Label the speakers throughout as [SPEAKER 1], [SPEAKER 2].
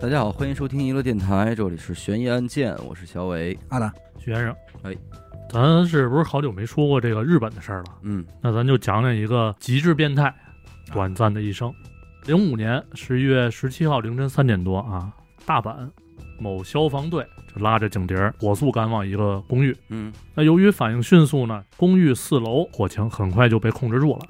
[SPEAKER 1] 大家好，欢迎收听娱乐电台，这里是悬疑案件，我是小伟。
[SPEAKER 2] 阿达，
[SPEAKER 3] 徐先生，
[SPEAKER 1] 哎，
[SPEAKER 3] 咱是不是好久没说过这个日本的事儿了？
[SPEAKER 1] 嗯
[SPEAKER 3] 那咱就讲讲一个极致变态、短暂的一生。零五年十一月十七号凌晨三点多啊，大阪某消防队就拉着警笛儿火速赶往一个公寓。
[SPEAKER 1] 嗯
[SPEAKER 3] 那由于反应迅速呢，公寓四楼火情很快就被控制住了。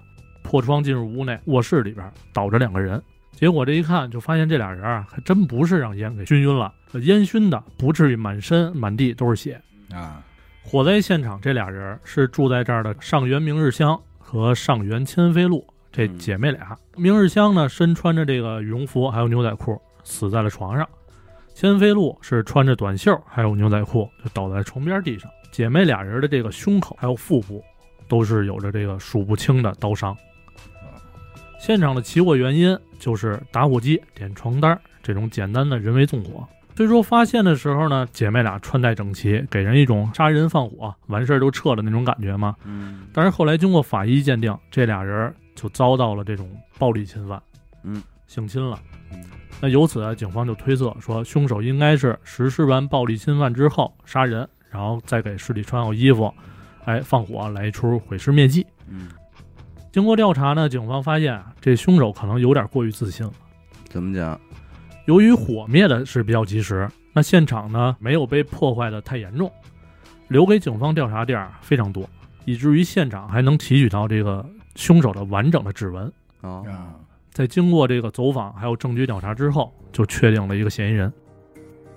[SPEAKER 3] 破窗进入屋内，卧室里边倒着两个人，结果这一看就发现这俩人啊，还真不是让烟给熏晕了，烟熏的不至于满身满地都是血，
[SPEAKER 2] 啊，
[SPEAKER 3] 火灾现场这俩人是住在这儿的上原明日香和上原千飞路这姐妹俩。明日香呢，身穿着这个羽绒服还有牛仔裤，死在了床上；千飞路是穿着短袖还有牛仔裤，就倒在床边地上。姐妹俩人的这个胸口还有腹部都是有着这个数不清的刀伤。现场的起火原因就是打火机点床单儿这种简单的人为纵火。虽说发现的时候呢，姐妹俩穿戴整齐，给人一种杀人放火完事儿就撤的那种感觉嘛。
[SPEAKER 1] 嗯
[SPEAKER 3] 但是后来经过法医鉴定，这俩人就遭到了这种暴力侵犯，
[SPEAKER 1] 嗯，
[SPEAKER 3] 性侵了
[SPEAKER 1] 嗯。
[SPEAKER 3] 那由此啊，警方就推测说，凶手应该是实施完暴力侵犯之后杀人，然后再给尸体穿好衣服，哎，放火来一出毁尸灭迹。
[SPEAKER 1] 嗯，
[SPEAKER 3] 经过调查呢，警方发现啊，这凶手可能有点过于自信了。
[SPEAKER 1] 怎么讲？
[SPEAKER 3] 由于火灭的是比较及时，那现场呢没有被破坏的太严重，留给警方调查地儿非常多，以至于现场还能提取到这个凶手的完整的指纹。
[SPEAKER 1] 哦，
[SPEAKER 2] 啊，
[SPEAKER 3] 在经过这个走访还有证据调查之后，就确定了一个嫌疑人。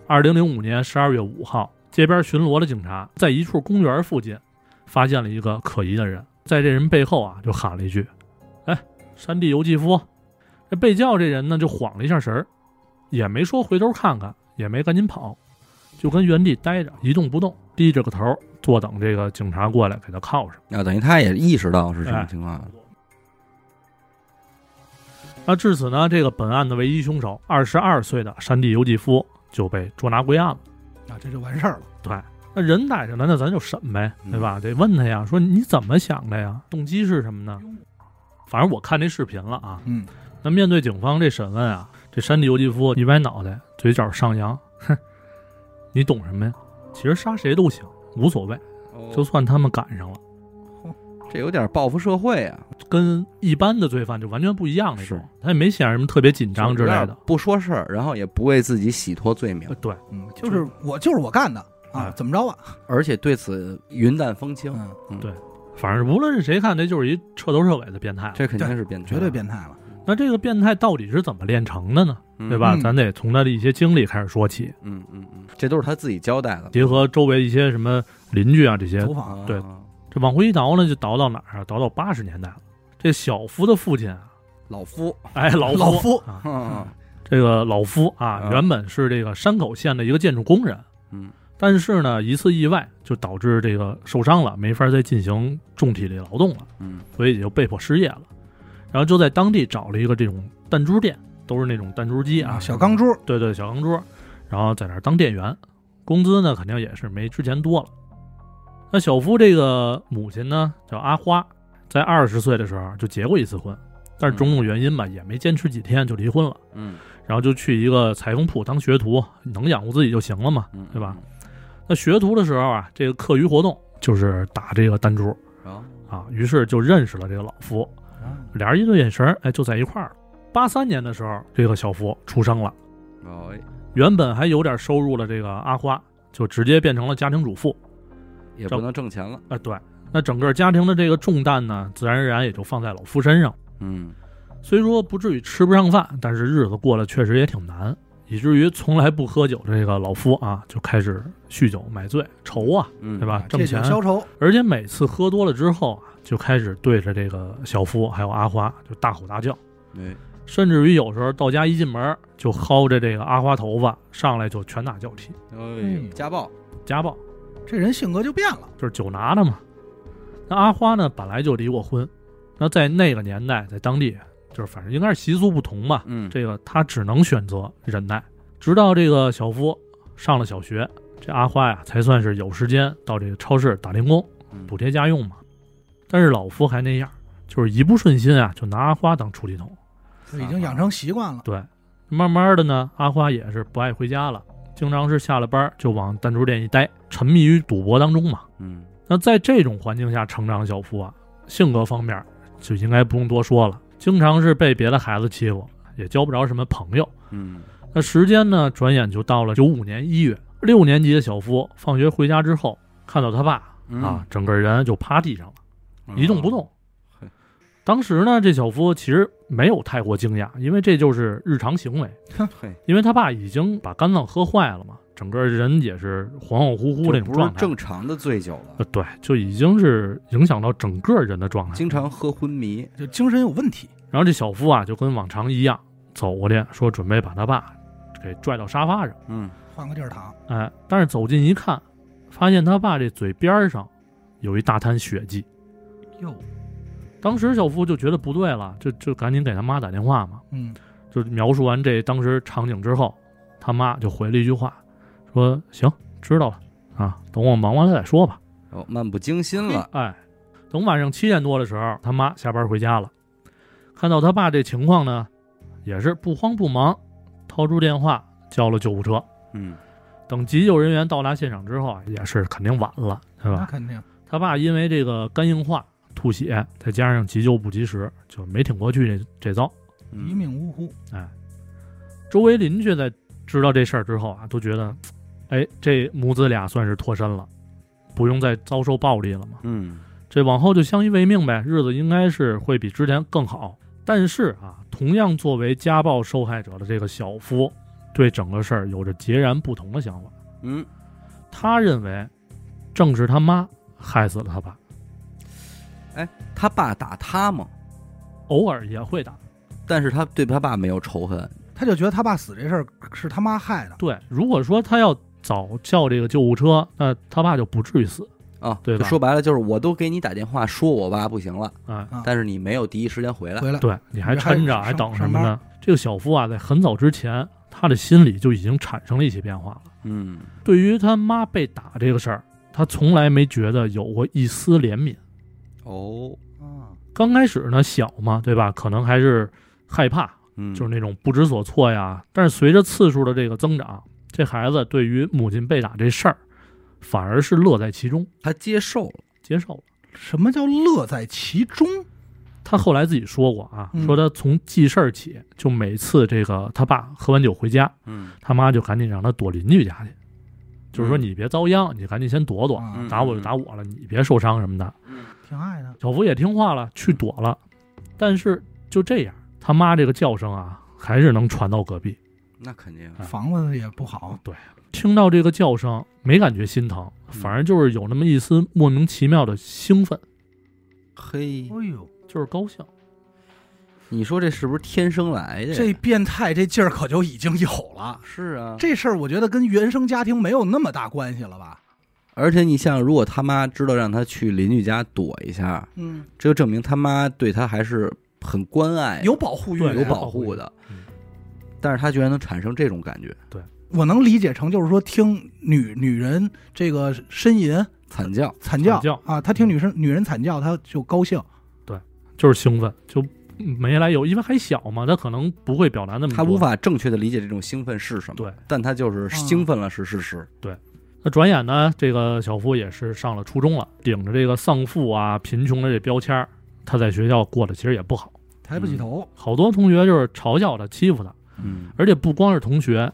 [SPEAKER 3] 二零零五年十二月五号，街边巡逻的警察在一处公园附近发现了一个可疑的人，在这人背后啊就喊了一句：“哎，山地游记夫！”这被叫这人呢就晃了一下神儿，也没说回头看看，也没赶紧跑，就跟原地待着一动不动，低着个头坐等这个警察过来给他铐上。
[SPEAKER 1] 那、啊等于他也意识到是什么情况啊了。
[SPEAKER 3] 那至此呢，这个本案的唯一凶手，二十二岁的山地游记夫就被捉拿归案了。
[SPEAKER 2] 啊，这就完事儿了。
[SPEAKER 3] 对，那人逮着了，那咱就审呗，
[SPEAKER 1] 嗯
[SPEAKER 3] 对吧？得问他呀，说你怎么想的呀？动机是什么呢？反正我看这视频了啊。
[SPEAKER 2] 嗯，
[SPEAKER 3] 那面对警方这审问啊，这山地游记夫一歪脑袋，嘴角上扬，哼，你懂什么呀？其实杀谁都行，无所谓，
[SPEAKER 1] 哦
[SPEAKER 3] 就算他们赶上了，
[SPEAKER 1] 这有点报复社会啊，
[SPEAKER 3] 跟一般的罪犯就完全不一样那种
[SPEAKER 1] 是。
[SPEAKER 3] 他也没显什么特别紧张之类
[SPEAKER 1] 有
[SPEAKER 3] 的
[SPEAKER 1] 点。不说事儿，然后也不为自己洗脱罪名
[SPEAKER 3] 呃，对，
[SPEAKER 2] 嗯，就是我就是我干的啊，
[SPEAKER 3] 哎
[SPEAKER 2] 怎么着吧？
[SPEAKER 1] 而且对此云淡风轻，
[SPEAKER 2] 嗯，
[SPEAKER 3] 反正无论是谁看，这就是一彻头彻尾的变态了。
[SPEAKER 1] 这肯定是变态，
[SPEAKER 2] 绝对变态了。
[SPEAKER 3] 那这个变态到底是怎么练成的呢？
[SPEAKER 1] 嗯
[SPEAKER 3] 对吧？
[SPEAKER 2] 嗯
[SPEAKER 3] 咱得从他的一些经历开始说起，
[SPEAKER 1] 嗯嗯嗯，这都是他自己交代的。
[SPEAKER 3] 结合周围一些什么邻居啊这些，
[SPEAKER 2] 走访
[SPEAKER 1] 啊
[SPEAKER 3] 对这往回一倒呢，就倒到哪儿啊？倒到八十年代了。这小夫的父亲啊，
[SPEAKER 1] 老夫，
[SPEAKER 3] 哎，老夫
[SPEAKER 2] 老夫
[SPEAKER 3] 啊，
[SPEAKER 1] 嗯
[SPEAKER 3] 这个老夫啊
[SPEAKER 1] 啊，
[SPEAKER 3] 原本是这个山口县的一个建筑工人，
[SPEAKER 1] 嗯
[SPEAKER 3] 但是呢，一次意外就导致这个受伤了，没法再进行重体力劳动了。
[SPEAKER 1] 嗯
[SPEAKER 3] 所以也就被迫失业了。然后就在当地找了一个这种弹珠店，都是那种弹珠机啊，
[SPEAKER 2] 嗯小钢，珠，
[SPEAKER 3] 对对，小钢珠，然后在那儿当店员，工资呢肯定也是没之前多了。那小夫这个母亲呢叫阿花，在二十岁的时候就结过一次婚，但是种种原因吧，也没坚持几天就离婚了，
[SPEAKER 1] 嗯
[SPEAKER 3] 然后就去一个裁缝铺当学徒，能养活自己就行了嘛。
[SPEAKER 1] 嗯，
[SPEAKER 3] 对吧？那学徒的时候啊，这个课余活动就是打这个弹珠
[SPEAKER 1] 然后
[SPEAKER 3] 啊，于是就认识了这个老夫。
[SPEAKER 2] 啊
[SPEAKER 3] 俩人一对眼神儿，哎，就在一块儿了。八三年的时候，这个小福出生了，
[SPEAKER 1] 哦哎
[SPEAKER 3] 原本还有点收入的这个阿花，就直接变成了家庭主妇。
[SPEAKER 1] 也不能挣钱了。
[SPEAKER 3] 啊、对，那整个家庭的这个重担呢，自然而然也就放在老夫身上。呃
[SPEAKER 1] 嗯
[SPEAKER 3] 虽说不至于吃不上饭，但是日子过得确实也挺难，以至于从来不喝酒的这个老夫啊，就开始酗酒买醉，愁啊，
[SPEAKER 1] 嗯，
[SPEAKER 3] 对？吧？
[SPEAKER 2] 这
[SPEAKER 3] 挣
[SPEAKER 2] 就
[SPEAKER 3] 钱，
[SPEAKER 2] 消愁。
[SPEAKER 3] 而且每次喝多了之后啊，就开始对着这个小夫还有阿花就大吼大叫。
[SPEAKER 1] 哎，
[SPEAKER 3] 甚至于有时候到家一进门就薅着这个阿花头发，上来就拳打脚踢，嗯
[SPEAKER 1] 哎家暴，
[SPEAKER 3] 家暴
[SPEAKER 2] 这人性格就变了。
[SPEAKER 3] 就是酒拿的嘛。那阿花呢，本来就离过婚，那在那个年代，在当地就是反正应该是习俗不同吧，
[SPEAKER 1] 嗯，
[SPEAKER 3] 这个她只能选择忍耐，直到这个小夫上了小学，这阿花呀才算是有时间到这个超市打零工
[SPEAKER 1] 嗯
[SPEAKER 3] 补贴家用嘛。但是老夫还那样，就是一不顺心啊，就拿阿花当出气筒。
[SPEAKER 2] 就已经养成习惯了。
[SPEAKER 3] 对，慢慢的呢，阿花也是不爱回家了，经常是下了班就往弹珠店一待，沉迷于赌博当中嘛。
[SPEAKER 1] 嗯
[SPEAKER 3] 那在这种环境下成长的小夫啊，性格方面就应该不用多说了，经常是被别的孩子欺负，也交不着什么朋友。
[SPEAKER 1] 嗯
[SPEAKER 3] 那时间呢，转眼就到了九五年一月，六年级的小夫放学回家之后，看到他爸
[SPEAKER 1] 嗯
[SPEAKER 3] 啊，，整个人就趴地上了，
[SPEAKER 1] 嗯
[SPEAKER 3] 一动不动
[SPEAKER 1] 嘿。
[SPEAKER 3] 当时呢，这小夫其实没有太过惊讶，因为这就是日常行为。
[SPEAKER 1] 嘿，
[SPEAKER 3] 因为他爸已经把肝脏喝坏了嘛，整个人也是恍恍惚惚那
[SPEAKER 1] 这
[SPEAKER 3] 种
[SPEAKER 1] 不是
[SPEAKER 3] 状态。
[SPEAKER 1] 正常的醉酒了
[SPEAKER 3] 呃，，对，就已经是影响到整个人的状态。
[SPEAKER 1] 经常喝昏迷，
[SPEAKER 2] 就精神有问题，
[SPEAKER 3] 然后这小夫啊，就跟往常一样走过去，说准备把他爸给拽到沙发上。
[SPEAKER 1] 嗯
[SPEAKER 2] 换个地儿躺，
[SPEAKER 3] 哎，但是走近一看，发现他爸这嘴边上有一大滩血迹。
[SPEAKER 2] 哟，
[SPEAKER 3] 当时小夫就觉得不对了，就就赶紧给他妈打电话嘛。
[SPEAKER 2] 嗯，
[SPEAKER 3] 就描述完这当时场景之后，他妈就回了一句话，说：“行，知道了啊，等我忙完了再说吧。
[SPEAKER 1] 哦，漫不经心了”，
[SPEAKER 3] 哎，等晚上七点多的时候，他妈下班回家了，看到他爸这情况呢，也是不慌不忙，掏出电话叫了救护车。
[SPEAKER 1] 嗯
[SPEAKER 3] 等急救人员到达现场之后啊，也是肯定晚了，对
[SPEAKER 2] 那
[SPEAKER 3] 吧？
[SPEAKER 2] 肯定，
[SPEAKER 3] 他爸因为这个肝硬化、吐血，再加上急救不及时，就没挺过去这这遭。
[SPEAKER 1] 嗯
[SPEAKER 2] 一命呜呼，
[SPEAKER 3] 周围邻居在知道这事儿之后啊，都觉得，哎，这母子俩算是脱身了，不用再遭受暴力了嘛。
[SPEAKER 1] 嗯
[SPEAKER 3] 这往后就相依为命呗，日子应该是会比之前更好。但是啊，同样作为家暴受害者的这个小夫，对整个事儿有着截然不同的想法。
[SPEAKER 1] 嗯，
[SPEAKER 3] 他认为，正是他妈害死了他爸，
[SPEAKER 1] 他爸打他嘛，
[SPEAKER 3] 偶尔也会打。
[SPEAKER 1] 但是他对他爸没有仇恨，
[SPEAKER 2] 他就觉得他爸死这事儿是他妈害的，
[SPEAKER 3] 对，如果说他要早叫这个救护车，那他爸就不至于死。
[SPEAKER 1] 啊，
[SPEAKER 3] 对吧
[SPEAKER 1] 就说白了就是，我都给你打电话说我爸不行了，
[SPEAKER 3] 哎，
[SPEAKER 2] 啊
[SPEAKER 1] 但是你没有第一时间回来。
[SPEAKER 2] 回 来，
[SPEAKER 3] 对，你还
[SPEAKER 2] 你还
[SPEAKER 3] 抻着，
[SPEAKER 2] 上
[SPEAKER 3] 还等什
[SPEAKER 2] 上
[SPEAKER 3] 么呢？这个小夫啊，在很早之前，他的心里就已经产生了一些变化了。
[SPEAKER 1] 嗯
[SPEAKER 3] 对于他妈被打这个事儿，他从来没觉得有过一丝怜悯。
[SPEAKER 1] 哦，
[SPEAKER 2] 啊，
[SPEAKER 3] 刚开始呢，小嘛，对吧？可能还是害怕，
[SPEAKER 1] 嗯，
[SPEAKER 3] 就是那种不知所措呀。但是随着次数的这个增长，这孩子对于母亲被打这事儿，反而是乐在其中，
[SPEAKER 1] 他接受了，
[SPEAKER 3] 接受了。
[SPEAKER 2] 什么叫乐在其中？
[SPEAKER 3] 他后来自己说过啊，
[SPEAKER 2] 嗯
[SPEAKER 3] 说他从记事儿起，就每次这个他爸喝完酒回家，
[SPEAKER 1] 嗯，
[SPEAKER 3] 他妈就赶紧让他躲邻居家去，就是说
[SPEAKER 1] 嗯
[SPEAKER 3] 你别遭殃，你赶紧先躲躲，
[SPEAKER 2] 啊，
[SPEAKER 3] 打我就打我了，你别受伤什么的。
[SPEAKER 2] 挺爱的，
[SPEAKER 3] 小福也听话了，去躲了，但是就这样，他妈这个叫声啊，还是能传到隔壁。
[SPEAKER 1] 那肯定，
[SPEAKER 3] 啊
[SPEAKER 2] 房子也不好，
[SPEAKER 3] 听到这个叫声，没感觉心疼，反
[SPEAKER 1] 嗯
[SPEAKER 3] 而就是有那么一丝莫名其妙的兴奋，
[SPEAKER 1] 嘿，
[SPEAKER 2] 哎呦，
[SPEAKER 3] 就是高兴。
[SPEAKER 1] 你说这是不是天生来的呀？
[SPEAKER 2] 这变态这劲儿可就已经有了。
[SPEAKER 1] 是啊，
[SPEAKER 2] 这事儿我觉得跟原生家庭没有那么大关系了吧？
[SPEAKER 1] 而且你像，如果他妈知道让他去邻居家躲一下，
[SPEAKER 2] 嗯，
[SPEAKER 1] 这就证明他妈对他还是很关爱、
[SPEAKER 2] 有保护欲
[SPEAKER 3] 对
[SPEAKER 2] 的，
[SPEAKER 1] 哎有
[SPEAKER 3] 保
[SPEAKER 1] 保
[SPEAKER 3] 护
[SPEAKER 1] 护
[SPEAKER 3] 欲
[SPEAKER 1] 的
[SPEAKER 3] 嗯。
[SPEAKER 1] 但是他居然能产生这种感觉，
[SPEAKER 2] 我能理解成就是说听女女人这个呻吟
[SPEAKER 1] 惨叫，
[SPEAKER 2] 惨叫
[SPEAKER 3] 惨叫
[SPEAKER 2] 啊，他
[SPEAKER 1] 嗯
[SPEAKER 2] 听女生女人惨叫，他就高兴。
[SPEAKER 3] 就是兴奋，就没来由，因为还小嘛，他可能不会表达那么多。
[SPEAKER 1] 他无。法正确的理解这种兴奋是什么。
[SPEAKER 3] 对，啊
[SPEAKER 1] 但他就是兴奋了是事实。
[SPEAKER 3] 那转眼呢，这个小夫也是上了初中了，顶着这个丧父啊、贫穷的这标签儿，他在学校过得其实也不好，
[SPEAKER 2] 抬不起头，
[SPEAKER 3] 好多同学就是嘲笑他、欺负他。
[SPEAKER 1] 嗯
[SPEAKER 3] 而且不光是同学，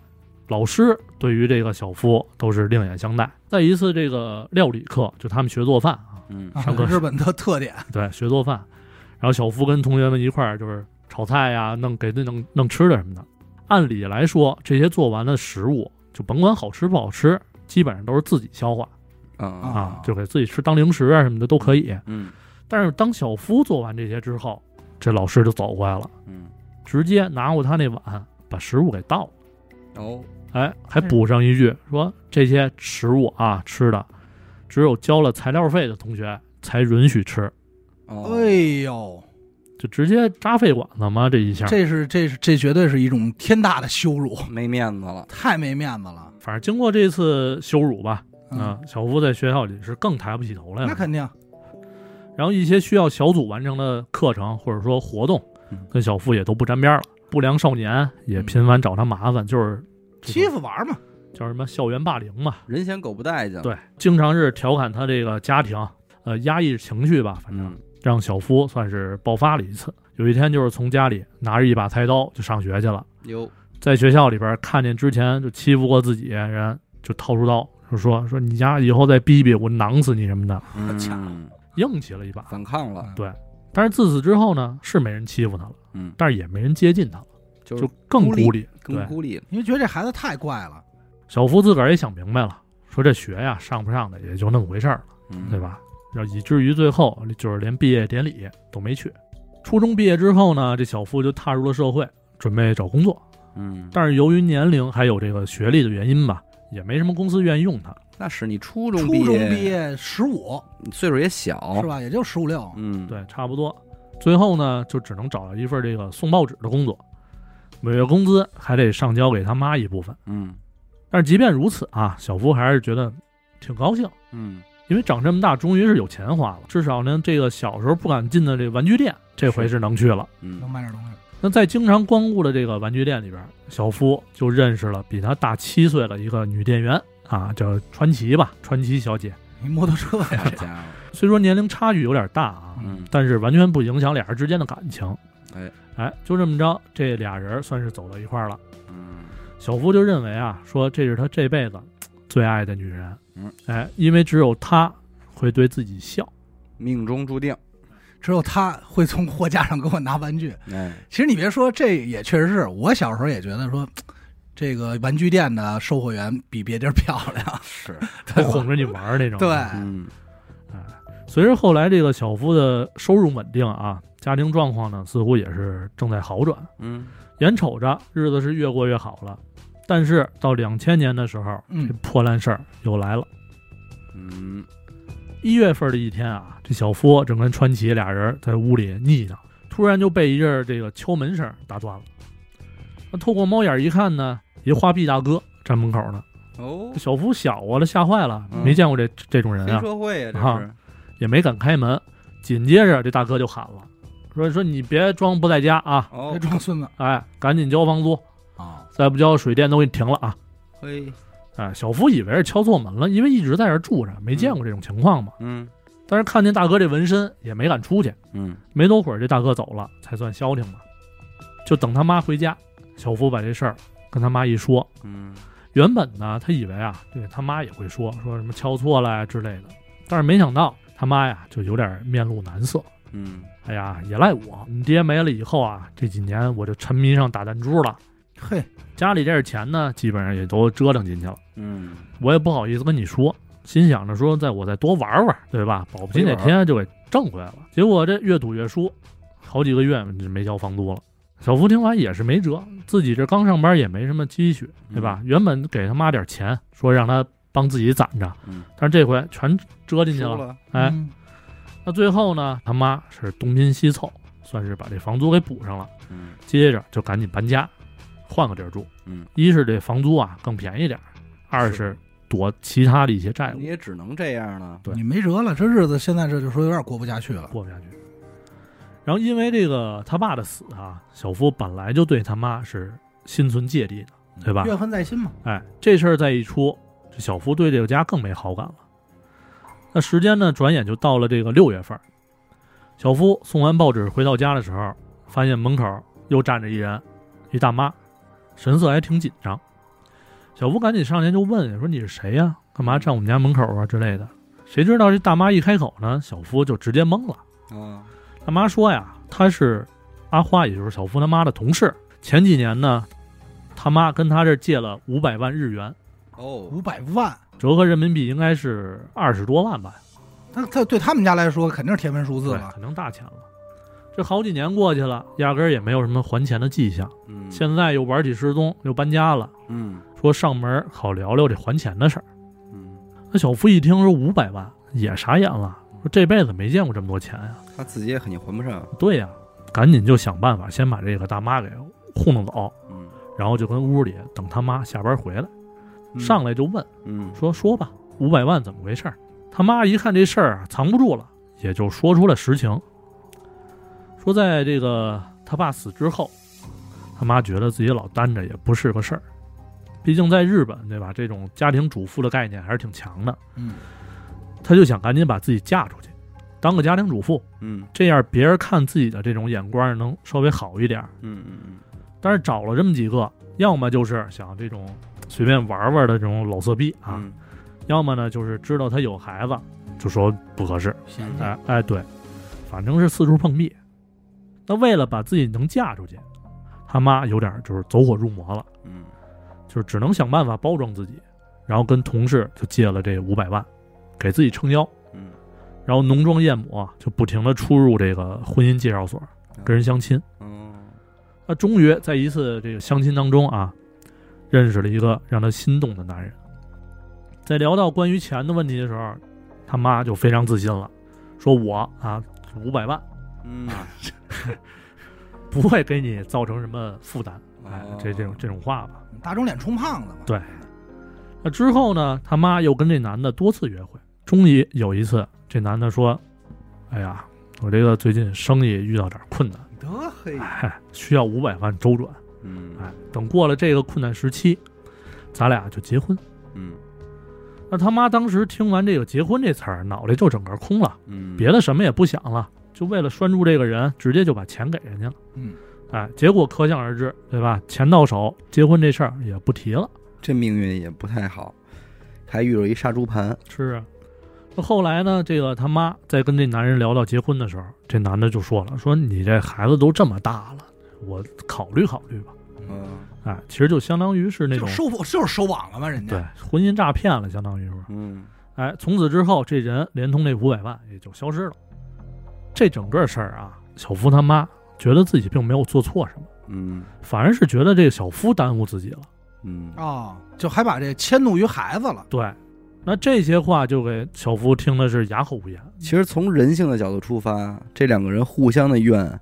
[SPEAKER 3] 老师对于这个小夫都是另眼相待。在一次这个料理课，就他们学做饭啊，
[SPEAKER 1] 嗯
[SPEAKER 2] 啊
[SPEAKER 3] 上课，
[SPEAKER 2] 日本的特点，
[SPEAKER 3] 对，学做饭。然后小夫跟同学们一块儿就是炒菜呀、弄给那弄弄吃的什么的。按理来说，这些做完的食物，就甭管好吃不好吃，基本上都是自己消化
[SPEAKER 1] 啊
[SPEAKER 3] 啊
[SPEAKER 2] 啊，
[SPEAKER 3] 就给自己吃当零食啊什么的都可以。
[SPEAKER 1] 嗯
[SPEAKER 3] 但是当小夫做完这些之后，这老师就走过来了，
[SPEAKER 1] 嗯，
[SPEAKER 3] 直接拿过他那碗把食物给倒了。
[SPEAKER 1] 哦，
[SPEAKER 3] 哎，还补上一句说，这些食物啊吃的，只有交了材料费的同学才允许吃，
[SPEAKER 1] 哦
[SPEAKER 2] 哎呦，
[SPEAKER 3] 就直接扎肺管子嘛，这一下。
[SPEAKER 2] 这是这是这绝对是一种天大的羞辱，
[SPEAKER 1] 没面子了。
[SPEAKER 2] 太没面子了。
[SPEAKER 3] 反正经过这次羞辱吧，
[SPEAKER 2] 嗯
[SPEAKER 3] 啊，小夫在学校里是更抬不起头来
[SPEAKER 2] 那
[SPEAKER 3] 了。
[SPEAKER 2] 肯定，
[SPEAKER 3] 然后一些需要小组完成的课程或者说活动
[SPEAKER 1] 嗯，
[SPEAKER 3] 跟小夫也都不沾边了。不良少年也频繁找他麻烦，就是这种
[SPEAKER 2] 欺负玩儿嘛，
[SPEAKER 3] 叫什么校园霸凌嘛，
[SPEAKER 1] 人嫌狗不待见。，
[SPEAKER 3] 对，经常是调侃他这个家庭，呃，压抑情绪吧，反正
[SPEAKER 1] 嗯
[SPEAKER 3] 让小夫算是爆发了一次。有一天就是从家里拿着一把菜刀就上学去了，
[SPEAKER 1] 有
[SPEAKER 3] 在学校里边看见之前就欺负过自己人，就掏出刀就说说你家以后再逼逼我囊死你什么的，
[SPEAKER 2] 家
[SPEAKER 1] 嗯，
[SPEAKER 3] 硬气了一把。
[SPEAKER 1] 反抗了，
[SPEAKER 3] 但是自此之后呢，是没人欺负他了，
[SPEAKER 1] 嗯，
[SPEAKER 3] 但是也没人接近他了，
[SPEAKER 1] 就是
[SPEAKER 3] 就更
[SPEAKER 2] 孤立
[SPEAKER 3] 孤立。对
[SPEAKER 1] 更孤立了。
[SPEAKER 2] 因为觉得这孩子太怪了，
[SPEAKER 3] 小夫自个儿也想明白了，说这学呀上不上的也就那么回事儿了，
[SPEAKER 1] 嗯
[SPEAKER 3] 对？吧？然后以至于最后就是连毕业典礼都没去。初中毕业之后呢，这小夫就踏入了社会，准备找工作。
[SPEAKER 1] 嗯，
[SPEAKER 3] 但是由于年龄还有这个学历的原因吧，也没什么公司愿意用他。
[SPEAKER 1] 那是你初中
[SPEAKER 2] 初
[SPEAKER 1] 毕
[SPEAKER 2] 中毕
[SPEAKER 1] 业，哦
[SPEAKER 2] 业十五
[SPEAKER 1] 你岁数也小
[SPEAKER 2] 是，吧？也就十五六，
[SPEAKER 1] 嗯，，
[SPEAKER 3] 对，差不多。最后呢，就只能找到一份这个送报纸的工作，每月工资还得上交给他妈一部分。
[SPEAKER 1] 嗯
[SPEAKER 3] 但是即便如此啊，小夫还是觉得挺高兴，
[SPEAKER 1] 嗯，
[SPEAKER 3] 因为长这么大终于是有钱花了，至少呢，这个小时候不敢进的这玩具店，这回是能去了。
[SPEAKER 2] 能
[SPEAKER 1] 嗯，
[SPEAKER 2] 买点东西。
[SPEAKER 3] 那在经常光顾的这个玩具店里边，小夫就认识了比他大七岁的一个女店员啊，叫川崎吧，川崎小姐。
[SPEAKER 2] 一摩托车呀
[SPEAKER 1] 好，家伙，
[SPEAKER 3] 虽说年龄差距有点大啊，
[SPEAKER 1] 嗯
[SPEAKER 3] 但是完全不影响俩人之间的感情。
[SPEAKER 1] 哎
[SPEAKER 3] 哎，就这么着，这俩人算是走到一块儿了。
[SPEAKER 1] 嗯
[SPEAKER 3] 小夫就认为啊，说这是他这辈子嘖最爱的女人。
[SPEAKER 1] 嗯，
[SPEAKER 3] 哎，因为只有她会对自己笑。
[SPEAKER 1] 命中注定，
[SPEAKER 2] 只有他会从货架上给我拿玩具。
[SPEAKER 1] 哎，
[SPEAKER 2] 其实你别说，这也确实是我小时候也觉得说，这个玩具店的售货员比别地儿漂亮，
[SPEAKER 1] 是，
[SPEAKER 3] 不
[SPEAKER 2] 对吧
[SPEAKER 3] 哄着你玩儿那种。
[SPEAKER 2] 对，
[SPEAKER 1] 嗯
[SPEAKER 3] 随着后来这个小夫的收入稳定啊，家庭状况呢似乎也是正在好转，
[SPEAKER 1] 嗯
[SPEAKER 3] 眼瞅着日子是越过越好了。但是到两千年的时候，
[SPEAKER 2] 嗯
[SPEAKER 3] 这破烂事儿又来了。
[SPEAKER 1] 嗯，
[SPEAKER 3] 一月份的一天啊，这小夫正跟川崎俩人在屋里腻呢，突然就被一阵这个敲门声打断了。那透过猫眼一看呢，一花臂大哥站门口呢。
[SPEAKER 1] 哦
[SPEAKER 3] 这，小夫小啊，他吓坏了，
[SPEAKER 1] 嗯
[SPEAKER 3] 没见过这这种人
[SPEAKER 1] 黑
[SPEAKER 3] 啊，
[SPEAKER 1] 社会呀，这是
[SPEAKER 3] 啊，也没敢开门。紧接着这大哥就喊了，说说你别装不在家啊，
[SPEAKER 1] 哦
[SPEAKER 2] 嗯别，装孙子
[SPEAKER 3] 哎，赶紧交房租，
[SPEAKER 2] 啊！
[SPEAKER 3] 再不交水电都给你停了啊。
[SPEAKER 1] 嘿，
[SPEAKER 3] 哎，小夫以为是敲错门了，因为一直在这儿住着，没见过这种情况嘛。
[SPEAKER 1] 嗯
[SPEAKER 3] 但是看见大哥这纹身，也没敢出去。
[SPEAKER 1] 嗯
[SPEAKER 3] 没多会儿，这大哥走了，才算消停嘛。就等他妈回家，小夫把这事儿跟他妈一说，
[SPEAKER 1] 嗯，
[SPEAKER 3] 原本呢，他以为啊，对他妈也会说说什么敲错了呀之类的，但是没想到他妈呀就有点面露难色。
[SPEAKER 1] 嗯，
[SPEAKER 3] 哎呀，也赖我，你爹没了以后啊，这几年我就沉迷上打弹珠了，
[SPEAKER 2] 嘿，
[SPEAKER 3] 家里这点钱呢，基本上也都折腾进去了。
[SPEAKER 1] 嗯，
[SPEAKER 3] 我也不好意思跟你说，心想着说，再我再多玩玩，对吧？保不齐哪天就给挣回来了。结果这越赌越输，好几个月就没交房租了。小福听完也是没辙，自己这刚上班也没什么积蓄，对吧？原本给他妈点钱，说让他帮自己攒着，
[SPEAKER 1] 嗯
[SPEAKER 3] 但是这回全折进去
[SPEAKER 1] 输
[SPEAKER 3] 了。
[SPEAKER 1] 了，
[SPEAKER 3] 哎，
[SPEAKER 2] 嗯
[SPEAKER 3] 那最后呢，他妈是东拼西凑，算是把这房租给补上了。
[SPEAKER 1] 嗯
[SPEAKER 3] 接着就赶紧搬家，换个地儿住。
[SPEAKER 1] 嗯，
[SPEAKER 3] 一是这房租啊更便宜点儿，二是躲其他的一些债
[SPEAKER 1] 哎
[SPEAKER 3] 务
[SPEAKER 1] 你。也只能这样了，
[SPEAKER 3] 对
[SPEAKER 2] 你没辙了，这日子现在这就说有点过不下去了。
[SPEAKER 3] 过不下去。然后因为这个他爸的死啊，小夫本来就对他妈是心存芥蒂的，对吧？
[SPEAKER 2] 怨恨在心嘛，
[SPEAKER 3] 哎，这事儿再一出，这小夫对这个家更没好感了。那时间呢，转眼就到了这个六月份儿。小夫送完报纸回到家的时候，发现门口又站着一人，一大妈，神色还挺紧张。小夫赶紧上前就问说：“你是谁呀、干嘛站我们家门口啊？”之类的。谁知道这大妈一开口呢，小夫就直接懵了。
[SPEAKER 1] 啊，
[SPEAKER 3] 他妈说呀，他是阿花，也就是小夫他妈的同事。前几年呢，他妈跟他这借了五百万日元，
[SPEAKER 1] 哦，
[SPEAKER 2] 五百万，
[SPEAKER 3] 折合人民币应该是二十多万吧，
[SPEAKER 2] 那他对他们家来说肯定是天文数字
[SPEAKER 3] 对，
[SPEAKER 2] 了。
[SPEAKER 3] 肯定大钱了。这好几年过去了，压根儿也没有什么还钱的迹象。
[SPEAKER 1] 嗯，
[SPEAKER 3] 现在又玩起失踪，又搬家了，
[SPEAKER 1] 嗯
[SPEAKER 3] 说上门好聊聊这还钱的事儿。
[SPEAKER 1] 嗯，
[SPEAKER 3] 那小夫一听说五百万，也傻眼了，说这辈子没见过这么多钱呀、
[SPEAKER 1] 他自己也肯定还不上，
[SPEAKER 3] 对呀、赶紧就想办法先把这个大妈给糊弄走。
[SPEAKER 1] 嗯，
[SPEAKER 3] 然后就跟屋里等他妈下班回来，
[SPEAKER 1] 嗯
[SPEAKER 3] 上，来就问
[SPEAKER 1] 嗯
[SPEAKER 3] 说说吧，五百万怎么回事儿？他妈一看这事儿啊，藏不住了，也就说出了实情，说在这个他爸死之后，他妈觉得自己老单着也不是个事儿，毕竟在日本，对吧？这种家庭主妇的概念还是挺强的。
[SPEAKER 2] 嗯，
[SPEAKER 3] 他就想赶紧把自己嫁出去，当个家庭主妇，
[SPEAKER 1] 嗯
[SPEAKER 3] 这样别人看自己的这种眼光能稍微好一点儿。
[SPEAKER 1] 嗯嗯
[SPEAKER 3] 但是找了这么几个，要么就是想这种随便玩玩的这种老色逼啊，
[SPEAKER 1] 嗯
[SPEAKER 3] 要么呢就是知道他有孩子，就说不合适。
[SPEAKER 2] 嫌弃
[SPEAKER 3] 哎哎，对，反正是四处碰壁。那为了把自己能嫁出去，他妈有点就是走火入魔了，
[SPEAKER 1] 嗯
[SPEAKER 3] 就是只能想办法包装自己，然后跟同事就借了这五百万，给自己撑腰，
[SPEAKER 1] 嗯
[SPEAKER 3] 然后浓妆艳抹，就不停的出入这个婚姻介绍所，跟人相亲。
[SPEAKER 1] 哦
[SPEAKER 3] 他终于在一次这个相亲当中啊，认识了一个让他心动的男人。在聊到关于钱的问题的时候，他妈就非常自信了，说我啊五百万
[SPEAKER 1] 嗯
[SPEAKER 3] 不会给你造成什么负担，哎，
[SPEAKER 1] 哦
[SPEAKER 3] 这这种这种话吧。
[SPEAKER 2] 打肿脸充胖子嘛。
[SPEAKER 3] 对那之后呢，他妈又跟这男的多次约会，终于有一次，这男的说：“哎呀，我这个最近生意遇到点困难，
[SPEAKER 2] 得嘿，
[SPEAKER 3] 哎，需要五百万周转，
[SPEAKER 1] 嗯
[SPEAKER 3] 哎，等过了这个困难时期，咱俩就结婚。”
[SPEAKER 1] 嗯
[SPEAKER 3] 那他妈当时听完这个“结婚”这词儿，脑袋就整个空了，
[SPEAKER 1] 嗯
[SPEAKER 3] 别的什么也不想了，就为了拴住这个人，直接就把钱给人家了。
[SPEAKER 2] 嗯，
[SPEAKER 3] 哎，结果可想而知，对吧？钱到手，结婚这事儿也不提了。
[SPEAKER 1] 这命运也不太好，还遇着一杀猪盘，
[SPEAKER 3] 是啊。那后来呢，这个他妈在跟这男人聊到结婚的时候，这男的就说了：“说你这孩子都这么大了，我考虑考虑吧。
[SPEAKER 1] 嗯”
[SPEAKER 3] 哎，其实就相当于是那
[SPEAKER 2] 就
[SPEAKER 3] 种
[SPEAKER 2] 收不就是收网了吗？人家
[SPEAKER 3] 对婚姻诈骗了，相当于是。
[SPEAKER 1] 嗯
[SPEAKER 3] 哎，从此之后，这人连同这五百万也就消失了。这整个事儿啊，小夫他妈觉得自己并没有做错什么，
[SPEAKER 1] 嗯
[SPEAKER 3] 反而是觉得这个小夫耽误自己了。
[SPEAKER 1] 嗯
[SPEAKER 2] 哦，就还把这迁怒于孩子了。
[SPEAKER 3] 对，那这些话就给小夫听的是哑口无言。
[SPEAKER 1] 其实从人性的角度出发，这两个人互相的怨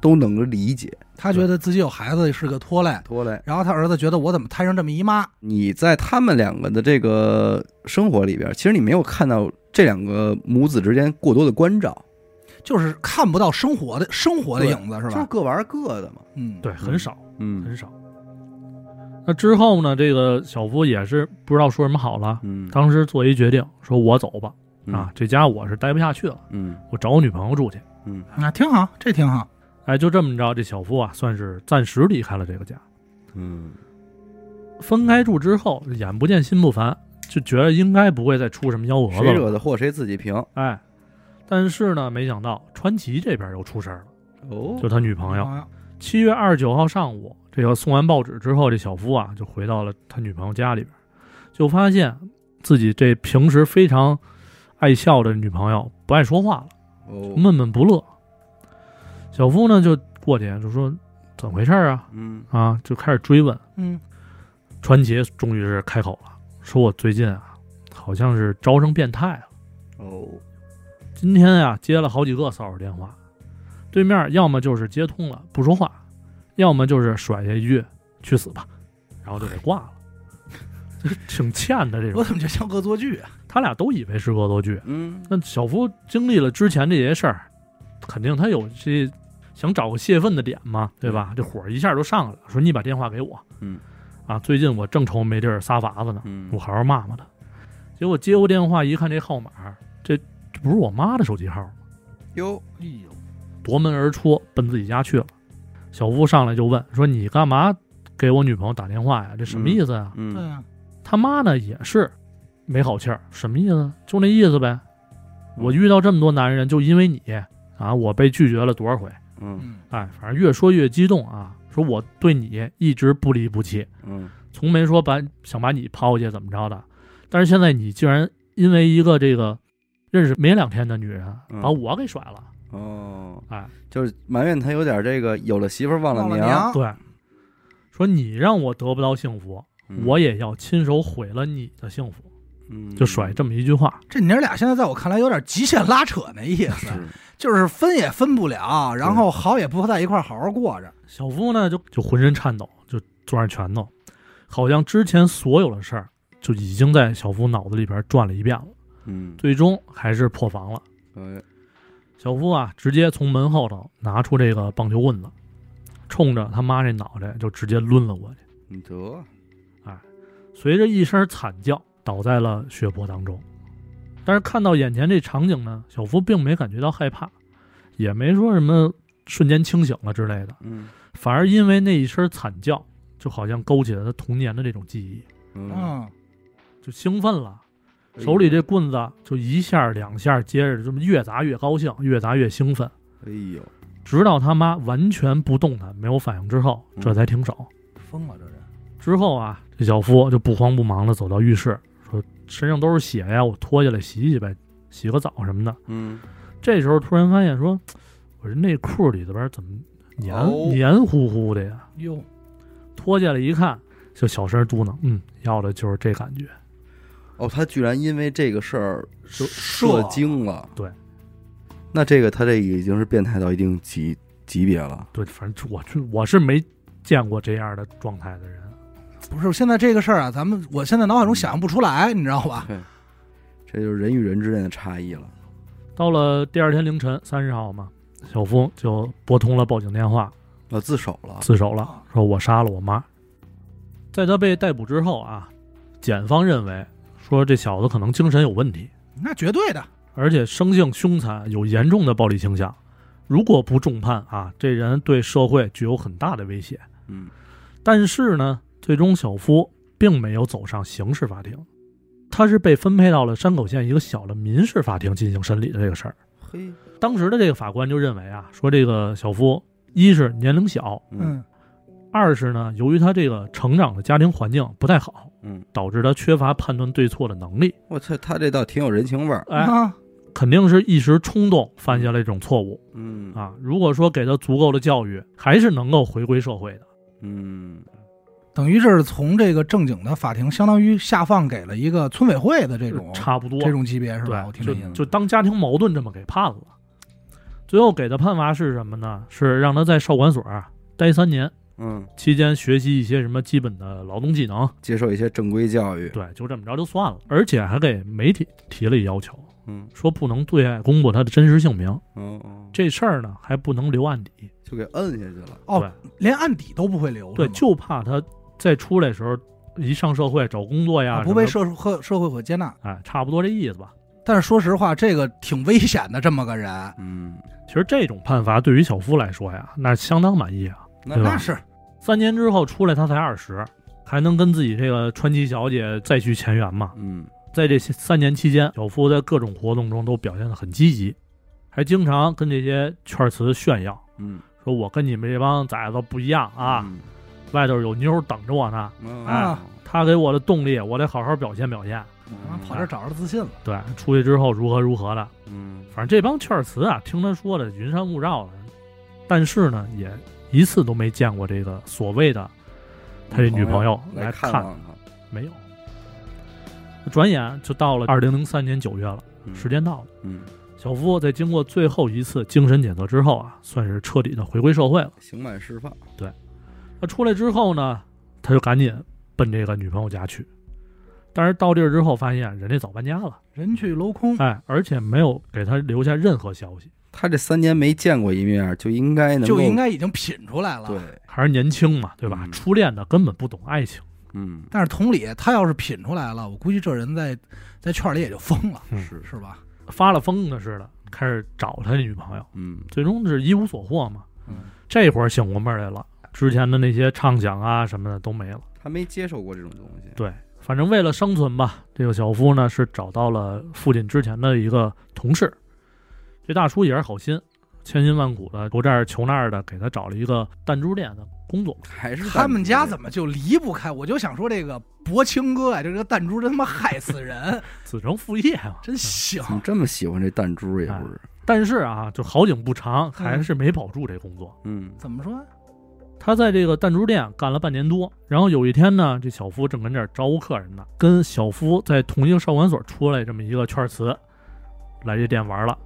[SPEAKER 1] 都能够理解。
[SPEAKER 2] 他觉得自己有孩子是个拖累，
[SPEAKER 1] 拖累
[SPEAKER 2] 然后他儿子觉得我怎么摊上这么姨妈？
[SPEAKER 1] 你在他们两个的这个生活里边，其实你没有看到这两个母子之间过多的关照，
[SPEAKER 2] 就是看不到生活的生活的影子是
[SPEAKER 1] 就是
[SPEAKER 2] 吧？
[SPEAKER 1] 各玩各的嘛。
[SPEAKER 2] 嗯，
[SPEAKER 3] 对，很少，
[SPEAKER 1] 嗯
[SPEAKER 3] 很少。那之后呢，这个小夫也是不知道说什么好了，
[SPEAKER 1] 嗯
[SPEAKER 3] 当时做一决定，说我走吧，啊，，这家我是待不下去了，
[SPEAKER 1] 嗯
[SPEAKER 3] 我找我女朋友住去。
[SPEAKER 1] 嗯
[SPEAKER 2] 那挺好，这挺好。
[SPEAKER 3] 哎，就这么着，这小夫啊，算是暂时离开了这个家。
[SPEAKER 1] 嗯
[SPEAKER 3] 分开住之后，眼不见心不烦，就觉得应该不会再出什么幺蛾
[SPEAKER 1] 谁
[SPEAKER 3] 子了。
[SPEAKER 1] 惹的祸谁自己平。
[SPEAKER 3] 哎，但是呢，没想到川崎这边又出事儿了，
[SPEAKER 1] 哦
[SPEAKER 3] 就他女朋友。七月二十九号上午，这个送完报纸之后，这小夫啊就回到了他女朋友家里边，就发现自己这平时非常爱笑的女朋友不爱说话了，
[SPEAKER 1] 哦
[SPEAKER 3] 闷闷不乐。小夫呢就过去就说：“怎么回事儿啊？”
[SPEAKER 1] 嗯
[SPEAKER 3] 啊，就开始追问。
[SPEAKER 2] 嗯，
[SPEAKER 3] 川杰终于是开口了，说我最近啊，好像是招生变态了。
[SPEAKER 1] 哦
[SPEAKER 3] 今天啊，接了好几个骚扰电话，对面要么就是接通了不说话，要么就是甩下一句“去死吧”，然后就给挂了。 这挺欠的这
[SPEAKER 2] 我
[SPEAKER 3] 种，
[SPEAKER 2] 怎么觉得像恶作剧啊？
[SPEAKER 3] 他俩都以为是恶作剧。
[SPEAKER 1] 嗯
[SPEAKER 3] 那小夫经历了之前这些事儿，肯定他有这想找个泄愤的点嘛，对吧？这火一下就上来了，说你把电话给我。
[SPEAKER 1] 嗯，
[SPEAKER 3] 啊，最近我正愁没地儿撒法子呢，
[SPEAKER 1] 嗯
[SPEAKER 3] 我好好骂骂他。结果接过电话一看这号码，这这不是我妈的手机号，
[SPEAKER 1] 哟
[SPEAKER 2] 哎呦，
[SPEAKER 3] 夺门而出，奔自己家去了。小夫上来就问说：“你干嘛给我女朋友打电话呀？这什么意思呀、
[SPEAKER 2] 对
[SPEAKER 1] 嗯
[SPEAKER 2] 啊，
[SPEAKER 3] 他妈呢也是没好气儿，什么意思？就那意思呗。
[SPEAKER 1] 嗯
[SPEAKER 3] 我遇到这么多男人，就因为你啊，我被拒绝了多少回？
[SPEAKER 1] 嗯
[SPEAKER 2] 嗯，
[SPEAKER 3] 哎，反正越说越激动啊，说我对你一直不离不弃，
[SPEAKER 1] 嗯
[SPEAKER 3] 从没说把想把你抛下怎么着的。但是现在你竟然因为一个这个认识没两天的女人，
[SPEAKER 1] 嗯
[SPEAKER 3] 把我给甩了。
[SPEAKER 1] 哦
[SPEAKER 3] 哎，
[SPEAKER 1] 就是埋怨他有点这个有了媳妇儿忘
[SPEAKER 2] 忘了
[SPEAKER 1] 娘。
[SPEAKER 2] 娘
[SPEAKER 3] 对，说你让我得不到幸福，
[SPEAKER 1] 嗯
[SPEAKER 3] 我也要亲手毁了你的幸福，
[SPEAKER 1] 嗯
[SPEAKER 3] 就甩这么一句话。
[SPEAKER 2] 这娘俩现在在我看来有点极限拉扯那意
[SPEAKER 3] 嗯
[SPEAKER 2] 思，
[SPEAKER 1] 是
[SPEAKER 2] 就是分也分不了，然后好也不在一块儿好好过
[SPEAKER 1] 嗯
[SPEAKER 2] 着。
[SPEAKER 3] 小夫呢，就就浑身颤抖，就攥着拳头，好像之前所有的事儿就已经在小夫脑子里边转了一遍了，
[SPEAKER 1] 嗯
[SPEAKER 3] 最终还是破防了。
[SPEAKER 1] 哎
[SPEAKER 3] 小夫啊，直接从门后头拿出这个棒球棍子，冲着他妈这脑袋就直接抡了过去。
[SPEAKER 1] 你得，
[SPEAKER 3] 随着一声惨叫，倒在了血泊当中。但是看到眼前这场景呢，小夫并没感觉到害怕，也没说什么瞬间清醒了之类的，
[SPEAKER 1] 嗯
[SPEAKER 3] 反而因为那一声惨叫，就好像勾起了他童年的这种记忆，
[SPEAKER 1] 嗯，
[SPEAKER 2] 嗯，
[SPEAKER 3] 就兴奋了，
[SPEAKER 1] 哎
[SPEAKER 3] 手里这棍子就一下两下，接着这么越砸越高兴，越砸越兴奋，
[SPEAKER 1] 哎呦，
[SPEAKER 3] 直到他妈完全不动弹、没有反应之后，
[SPEAKER 1] 嗯
[SPEAKER 3] 这才停手。
[SPEAKER 2] 疯了这人，
[SPEAKER 3] 之后啊，这小夫就不慌不忙的走到浴室，说身上都是血呀，我脱下来洗洗呗，洗个澡什么的。
[SPEAKER 1] 嗯，
[SPEAKER 3] 这时候突然发现说，我这内裤里边怎么黏、
[SPEAKER 1] 哦
[SPEAKER 3] 黏糊糊的呀？
[SPEAKER 2] 哟，
[SPEAKER 3] 脱下来一看，就小声嘟囔：“嗯，要的就是这感觉。
[SPEAKER 1] 哦，他居然因为这个事儿
[SPEAKER 3] 就
[SPEAKER 1] 射精了，
[SPEAKER 3] 对，
[SPEAKER 1] 那这个他这已经是变态到一定级级别了”，
[SPEAKER 3] 对，反正我是我是没见过这样的状态的人。
[SPEAKER 2] 不是，现在这个事儿啊，咱们我现在脑海
[SPEAKER 3] 嗯
[SPEAKER 2] 中想象不出来，你知道吧？
[SPEAKER 1] 这就是人与人之间的差异了，
[SPEAKER 3] 到了第二天凌晨三十号嘛，小夫就拨通了报警电话，
[SPEAKER 1] 啊，自首了，
[SPEAKER 3] 自首了，说我杀了我妈。在他被逮捕之后啊，检方认为说这小子可能精神有问题，
[SPEAKER 2] 那绝对的，
[SPEAKER 3] 而且生性凶残，有严重的暴力倾向。如果不重判啊，这人对社会具有很大的威胁。
[SPEAKER 1] 嗯，
[SPEAKER 3] 但是呢，最终小夫并没有走上刑事法庭，他是被分配到了山口县一个小的民事法庭进行审理的这个事儿。
[SPEAKER 1] 嘿，
[SPEAKER 3] 当时的这个法官就认为啊，说这个小夫一是年龄小，
[SPEAKER 1] 嗯，
[SPEAKER 3] 二是呢，由于他这个成长的家庭环境不太好，
[SPEAKER 1] 嗯，
[SPEAKER 3] 导致他缺乏判断对错的能力，
[SPEAKER 1] 我操，他这倒挺有人情味儿，
[SPEAKER 3] 哎，
[SPEAKER 2] 啊，
[SPEAKER 3] 肯定是一时冲动犯下了这种错误
[SPEAKER 1] 嗯
[SPEAKER 3] 啊。如果说给他足够的教育，还是能够回归社会的。
[SPEAKER 1] 嗯，
[SPEAKER 2] 等于这是从这个正经的法庭，相当于下放给了一个村委会的这种
[SPEAKER 3] 差不多，
[SPEAKER 2] 这种级别是吧？我
[SPEAKER 3] 对，
[SPEAKER 2] 听这意思
[SPEAKER 3] 就就当家庭矛盾这么给判了。最后给的判罚是什么呢？是让他在少管所啊待三年，
[SPEAKER 1] 嗯，
[SPEAKER 3] 期间学习一些什么基本的劳动技能，
[SPEAKER 1] 接受一些正规教育，
[SPEAKER 3] 对，就这么着就算了。而且还给媒体提了一要求，
[SPEAKER 1] 嗯，
[SPEAKER 3] 说不能对外公布他的真实姓名，
[SPEAKER 1] 哦哦，
[SPEAKER 3] 这事儿呢还不能留案底。
[SPEAKER 1] 就给摁下去了，
[SPEAKER 2] 哦，连案底都不会留，
[SPEAKER 3] 对，
[SPEAKER 2] 是吗
[SPEAKER 3] 就怕他再出来的时候一上社会找工作呀，
[SPEAKER 2] 啊不被
[SPEAKER 3] 什么
[SPEAKER 2] 社会社会所接纳。
[SPEAKER 3] 哎，差不多这意思吧。
[SPEAKER 2] 但是说实话，这个挺危险的，这么个人，
[SPEAKER 1] 嗯，
[SPEAKER 3] 其实这种判罚对于小夫来说呀，那相当满意啊。
[SPEAKER 1] 那
[SPEAKER 3] 对吧
[SPEAKER 2] 那是
[SPEAKER 3] 三年之后出来，他才二十，还能跟自己这个川崎小姐再续前缘嘛？
[SPEAKER 1] 嗯，
[SPEAKER 3] 在这些三年期间，小夫在各种活动中都表现得很积极，还经常跟这些圈词炫耀，
[SPEAKER 1] 嗯
[SPEAKER 3] 说我跟你们这帮崽子不一样啊，，
[SPEAKER 2] 嗯
[SPEAKER 3] 外头有妞等着我呢。
[SPEAKER 1] 嗯
[SPEAKER 2] 啊，
[SPEAKER 3] 他给我的动力，我得好好表现表现。
[SPEAKER 2] 啊
[SPEAKER 1] 嗯
[SPEAKER 2] 跑这儿找着自信了。
[SPEAKER 3] 对，出去之后如何如何的，
[SPEAKER 1] 嗯
[SPEAKER 3] 反正这帮圈词啊，听他说的云山雾绕的，但是呢，也一次都没见过这个所谓的他这女朋友来
[SPEAKER 1] 来
[SPEAKER 3] 看
[SPEAKER 1] 望他，
[SPEAKER 3] 没有。转眼就到了二零零三年九月了，
[SPEAKER 1] 嗯
[SPEAKER 3] 时，间到了。
[SPEAKER 1] 嗯，
[SPEAKER 3] 小夫在经过最后一次精神检测之后啊，算是彻底的回归社会了。
[SPEAKER 1] 刑满释放，
[SPEAKER 3] 他出来之后呢，他就赶紧奔这个女朋友家去。但是到地儿之后，发现人家早搬家了，
[SPEAKER 2] 人去楼空，
[SPEAKER 3] 哎，而且没有给他留下任何消息，
[SPEAKER 1] 他这三年没见过一面，就应该能够
[SPEAKER 2] 就应该已经品出来了。
[SPEAKER 1] 对，
[SPEAKER 3] 还是年轻嘛，对吧？
[SPEAKER 1] 嗯
[SPEAKER 3] 初恋的根本不懂爱情，
[SPEAKER 1] 嗯，
[SPEAKER 2] 但是同理，他要是品出来了，我估计这人在在圈里也就疯了，
[SPEAKER 3] 嗯
[SPEAKER 1] 是，
[SPEAKER 2] 是吧？
[SPEAKER 3] 发了疯的似的，开始找他女朋友，
[SPEAKER 1] 嗯
[SPEAKER 3] 最终是一无所获嘛。
[SPEAKER 2] 嗯，
[SPEAKER 3] 这会儿醒过味儿来了，之前的那些畅想啊什么的都没了。
[SPEAKER 1] 他没接受过这种东西，
[SPEAKER 3] 对，反正为了生存吧，这个小夫呢是找到了父亲之前的一个同事，这大叔也是好心，千辛万苦的求这儿求那儿的，给他找了一个弹珠店的工作。
[SPEAKER 1] 还是
[SPEAKER 2] 他们家怎
[SPEAKER 1] 么
[SPEAKER 2] 么就离不开？我就想说这个薄青哥呀、这个弹珠真他妈害死 人，
[SPEAKER 3] 子承父业嘛，
[SPEAKER 2] 真行。
[SPEAKER 1] 怎么这么喜欢这弹珠也不是，
[SPEAKER 3] 但是啊，就好景不长，还是没保住这工作。
[SPEAKER 1] 嗯
[SPEAKER 2] 怎么说？
[SPEAKER 3] 他在这个弹珠店干了半年多，然后有一天呢，这小夫正跟这儿招呼客人呢，跟小夫在同一个少管所出来这么一个圈儿词，来这店玩了，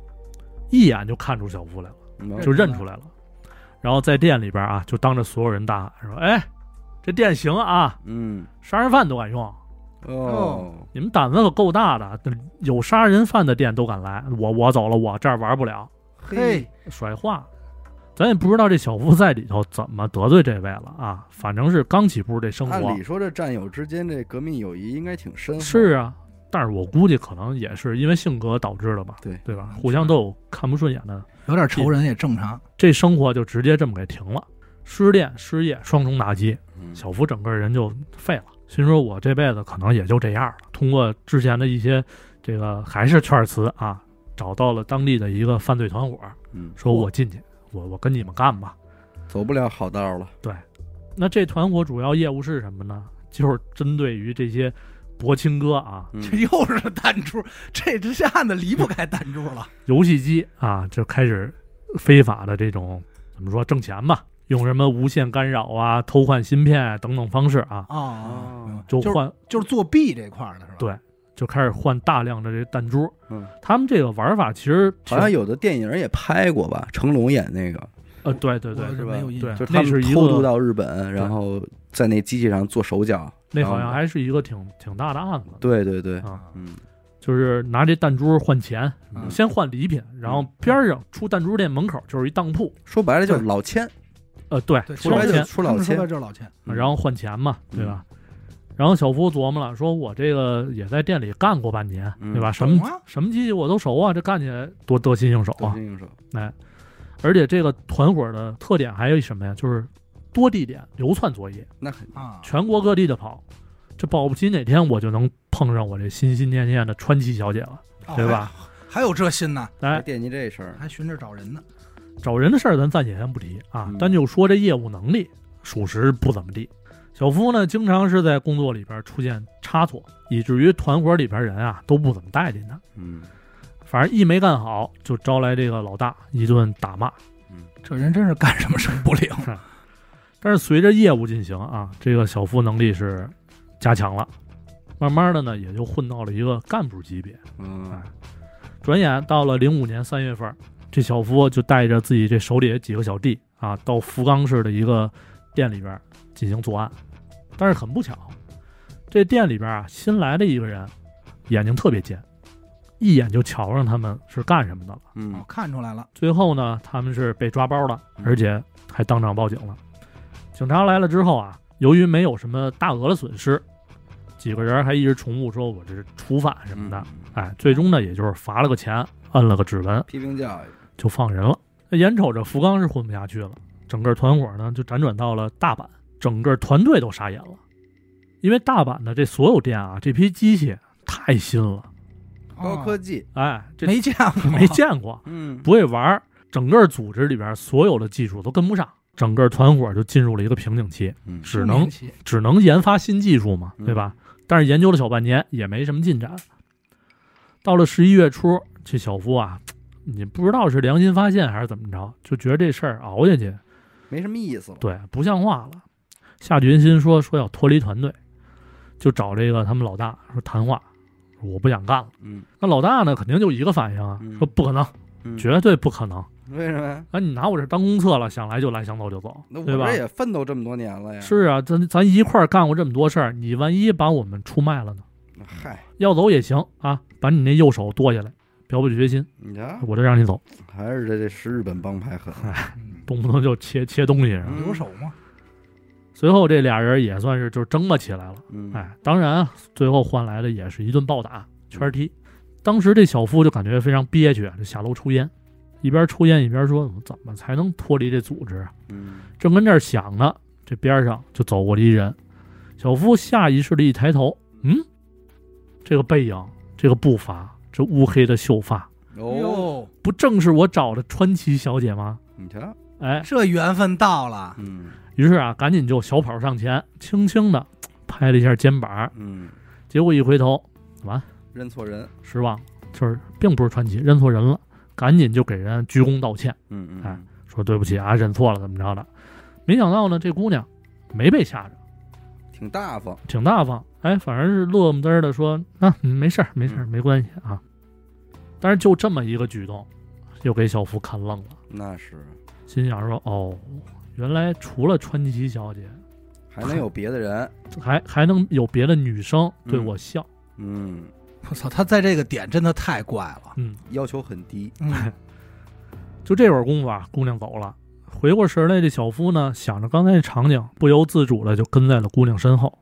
[SPEAKER 3] 一眼就看出小夫来了，
[SPEAKER 1] 嗯
[SPEAKER 3] 就认出来了，然后在店里边啊，就当着所有人大喊说：“哎，这店行啊，
[SPEAKER 1] 嗯
[SPEAKER 3] 杀人犯都敢用，
[SPEAKER 1] 哦，
[SPEAKER 3] 你们胆子可够大的，有杀人犯的店都敢来，我我走了，我这儿玩不了。”
[SPEAKER 1] 嘿，
[SPEAKER 3] 甩话。咱也不知道这小夫在里头怎么得罪这位了啊，反正是刚起步这生
[SPEAKER 1] 按
[SPEAKER 3] 活
[SPEAKER 1] 理说这战友之间这革命友谊应该挺深厚，
[SPEAKER 3] 是啊，但是我估计可能也是因为性格导致的吧，
[SPEAKER 1] 对
[SPEAKER 3] 对吧？互相都有看不顺眼的，
[SPEAKER 2] 有点仇人也正常。
[SPEAKER 3] 这生活就直接这么给停了，失恋、失业双重打击，
[SPEAKER 1] 嗯
[SPEAKER 3] 小福整个人就废了，心说我这辈子可能也就这样了。通过之前的一些这个还是圈词啊，找到了当地的一个犯罪团伙，
[SPEAKER 1] 嗯，
[SPEAKER 3] 说我进去，我我跟你们干吧。
[SPEAKER 1] 走不了好道了，
[SPEAKER 3] 那这团伙主要业务是什么呢？就是针对于这些博青哥啊，
[SPEAKER 1] 嗯
[SPEAKER 2] 这又是弹珠，这这这案子离不开弹珠了。
[SPEAKER 3] 游戏机啊，就开始非法的这种怎么说挣钱吧，用什么无限干扰啊、偷换芯片啊等等方式啊，
[SPEAKER 2] 哦，明白
[SPEAKER 3] 就
[SPEAKER 2] 就是
[SPEAKER 3] 换
[SPEAKER 2] 就是作弊这块儿的是吧？
[SPEAKER 3] 对就开始换大量的这弹珠。
[SPEAKER 1] 嗯，
[SPEAKER 3] 他们这个玩法其实挺
[SPEAKER 1] 好像有的电影也拍过吧，成龙演那个，
[SPEAKER 3] 呃，对对对
[SPEAKER 2] 我，
[SPEAKER 1] 是
[SPEAKER 2] 是
[SPEAKER 1] 吧
[SPEAKER 2] 没有印
[SPEAKER 3] 对
[SPEAKER 2] 象。
[SPEAKER 1] 就是他
[SPEAKER 3] 那是
[SPEAKER 1] 们
[SPEAKER 3] 一个
[SPEAKER 1] 偷渡到日本，然后在那机器上做手脚，
[SPEAKER 3] 那
[SPEAKER 1] 然后
[SPEAKER 3] 好像还是一个挺挺大的案子，
[SPEAKER 1] 对对对，
[SPEAKER 3] 啊，
[SPEAKER 1] 嗯
[SPEAKER 3] 就是拿这弹珠换钱，
[SPEAKER 2] 嗯
[SPEAKER 3] 先换礼品，然后边上出弹珠店门口就是一当铺，
[SPEAKER 1] 说白了就是
[SPEAKER 2] 对
[SPEAKER 1] 老千，
[SPEAKER 3] 呃，对，
[SPEAKER 2] 对，
[SPEAKER 3] 出
[SPEAKER 1] 说
[SPEAKER 3] 老
[SPEAKER 1] 白了就是
[SPEAKER 3] 钱，
[SPEAKER 1] 出老
[SPEAKER 2] 他们说
[SPEAKER 1] 千
[SPEAKER 2] 白，就是老千，
[SPEAKER 1] 嗯
[SPEAKER 3] 然后换钱嘛，对吧？然后小夫琢磨了，说我这个也在店里干过半年，
[SPEAKER 1] 嗯
[SPEAKER 3] 对吧？什么
[SPEAKER 2] 懂啊
[SPEAKER 3] 什么机器我都熟啊，这干起来多得心应手
[SPEAKER 1] 得
[SPEAKER 3] 啊！
[SPEAKER 1] 心应手，
[SPEAKER 3] 而且这个团伙的特点还有一什么呀？就是多地点流窜作业，
[SPEAKER 1] 那肯
[SPEAKER 2] 啊？
[SPEAKER 3] 全国各地的跑，这保不齐哪天我就能碰上我这心心念念的川崎小姐了，
[SPEAKER 2] 哦
[SPEAKER 3] 对吧？？
[SPEAKER 2] 还还有这心呢，
[SPEAKER 1] 别
[SPEAKER 3] 哎，
[SPEAKER 1] 惦记这事儿，
[SPEAKER 2] 还寻着找人呢。
[SPEAKER 3] 找人的事儿咱暂且先不提啊
[SPEAKER 1] 嗯，
[SPEAKER 3] 单就说这业务能力，属实不怎么地。小夫呢，经常是在工作里边出现差错，以至于团伙里边人啊都不怎么待见他。
[SPEAKER 1] 嗯
[SPEAKER 3] 反正一没干好，就招来这个老大一顿打骂。
[SPEAKER 2] 这人真是干什么事儿不灵。
[SPEAKER 3] 但是随着业务进行啊，这个小夫能力是加强了，慢慢的呢也就混到了一个干部级别。
[SPEAKER 1] 嗯
[SPEAKER 3] 哎转眼到了零五年三月份，这小夫啊就带着自己这手里的几个小弟啊，到福冈市的一个店里边进行作案。但是很不巧，这店里边啊新来的一个人，眼睛特别尖，一眼就瞧上他们是干什么的了。
[SPEAKER 2] 哦
[SPEAKER 1] 嗯，
[SPEAKER 2] 看出来了，
[SPEAKER 3] 最后呢，他们是被抓包了
[SPEAKER 1] 嗯，
[SPEAKER 3] 而且还当场报警了。警察来了之后啊，由于没有什么大额的损失，几个人还一直重复说我这是初犯什么的。
[SPEAKER 1] 嗯
[SPEAKER 3] 哎，最终呢，也就是罚了个钱，摁了个指纹，
[SPEAKER 1] 批评教育，
[SPEAKER 3] 就放人了。那眼瞅着福冈是混不下去了，整个团伙呢就辗转到了大阪，整个团队都傻眼了，因为大阪的这所有店啊，这批机器太新了，
[SPEAKER 1] 高科技，
[SPEAKER 3] 哎，这
[SPEAKER 2] 哦没见过，
[SPEAKER 3] 没见过，
[SPEAKER 1] 嗯，
[SPEAKER 3] 不会玩儿，整个组织里边所有的技术都跟不上，整个团伙就进入了一个瓶颈期，
[SPEAKER 1] 嗯
[SPEAKER 3] 只能只能研发新技术嘛，对吧？但是研究了小半年也没什么进展。到了十一月初，这小夫啊，你不知道是良心发现还是怎么着，就觉得这事儿熬下去，
[SPEAKER 1] 没什么意思了，
[SPEAKER 3] 对，不像话了，下决心说说要脱离团队，就找这个他们老大说谈话，说我不想干了。
[SPEAKER 1] 嗯，
[SPEAKER 3] 那老大呢，肯定就一个反应啊
[SPEAKER 1] 嗯，
[SPEAKER 3] 说不可能，
[SPEAKER 1] 嗯
[SPEAKER 3] 绝对不可能。
[SPEAKER 1] 为什么呀？
[SPEAKER 3] 啊，你拿我这当公厕了，想来就来，想走就走
[SPEAKER 1] 那，我
[SPEAKER 3] 对吧
[SPEAKER 1] 这？也奋斗这么多年了呀，
[SPEAKER 3] 是啊，咱咱一块儿干过这么多事儿，你万一把我们出卖了呢？
[SPEAKER 1] 嗨，
[SPEAKER 3] 要走也行啊，把你那右手剁下来，表表决心，
[SPEAKER 1] 你瞧，
[SPEAKER 3] 我就让你走，
[SPEAKER 1] 还是这这十日本帮派狠，
[SPEAKER 2] 嗯
[SPEAKER 3] 动不动就切切东西是吧。
[SPEAKER 1] 嗯
[SPEAKER 2] 留守嘛。
[SPEAKER 3] 随后这俩人也算是就争吧起来了，
[SPEAKER 1] 嗯，
[SPEAKER 3] 哎，当然最后换来的也是一顿暴打圈踢。当时这小夫就感觉非常憋屈，啊就下楼抽烟，一边抽烟一边说：“我怎么才能脱离这组织啊？”
[SPEAKER 1] 嗯，
[SPEAKER 3] 正跟这儿想呢，这边上就走过了一人。小夫下意识的一抬头，嗯，这个背影，这个步伐，这乌黑的秀发，
[SPEAKER 1] 哦，
[SPEAKER 2] 哟，
[SPEAKER 3] 不正是我找的川崎小姐吗？
[SPEAKER 1] 你瞧，
[SPEAKER 3] 哎，
[SPEAKER 2] 这缘分到了，
[SPEAKER 1] 嗯
[SPEAKER 3] 于是啊，赶紧就小跑上前，轻轻的拍了一下肩膀，
[SPEAKER 1] 嗯，
[SPEAKER 3] 结果一回头，完，
[SPEAKER 1] 认错人，
[SPEAKER 3] 失望，就是并不是川崎，认错人了，赶紧就给人鞠躬道歉，
[SPEAKER 1] 嗯嗯，
[SPEAKER 3] 哎说对不起啊，认错了，怎么着的？没想到呢，这姑娘没被吓着。
[SPEAKER 1] 挺大方，
[SPEAKER 3] 挺大方，哎，反正是乐么滋儿的说啊，嗯没事儿，没事儿，
[SPEAKER 1] 嗯
[SPEAKER 3] 没关系啊。但是就这么一个举动，又给小福看愣了，
[SPEAKER 1] 那是
[SPEAKER 3] 心想说哦，原来除了川崎小姐，
[SPEAKER 1] 还能有别的 人，
[SPEAKER 3] 还还能有别的女生对
[SPEAKER 1] 嗯
[SPEAKER 3] 我笑，
[SPEAKER 1] 嗯，
[SPEAKER 2] 我操，他在这个点真的太怪了。
[SPEAKER 3] 嗯
[SPEAKER 1] 要求很低，
[SPEAKER 2] 嗯，
[SPEAKER 3] 就这会儿功夫啊，姑娘走了，回过神来，这小夫呢想着刚才这场景，不由自主的就跟在了姑娘身后，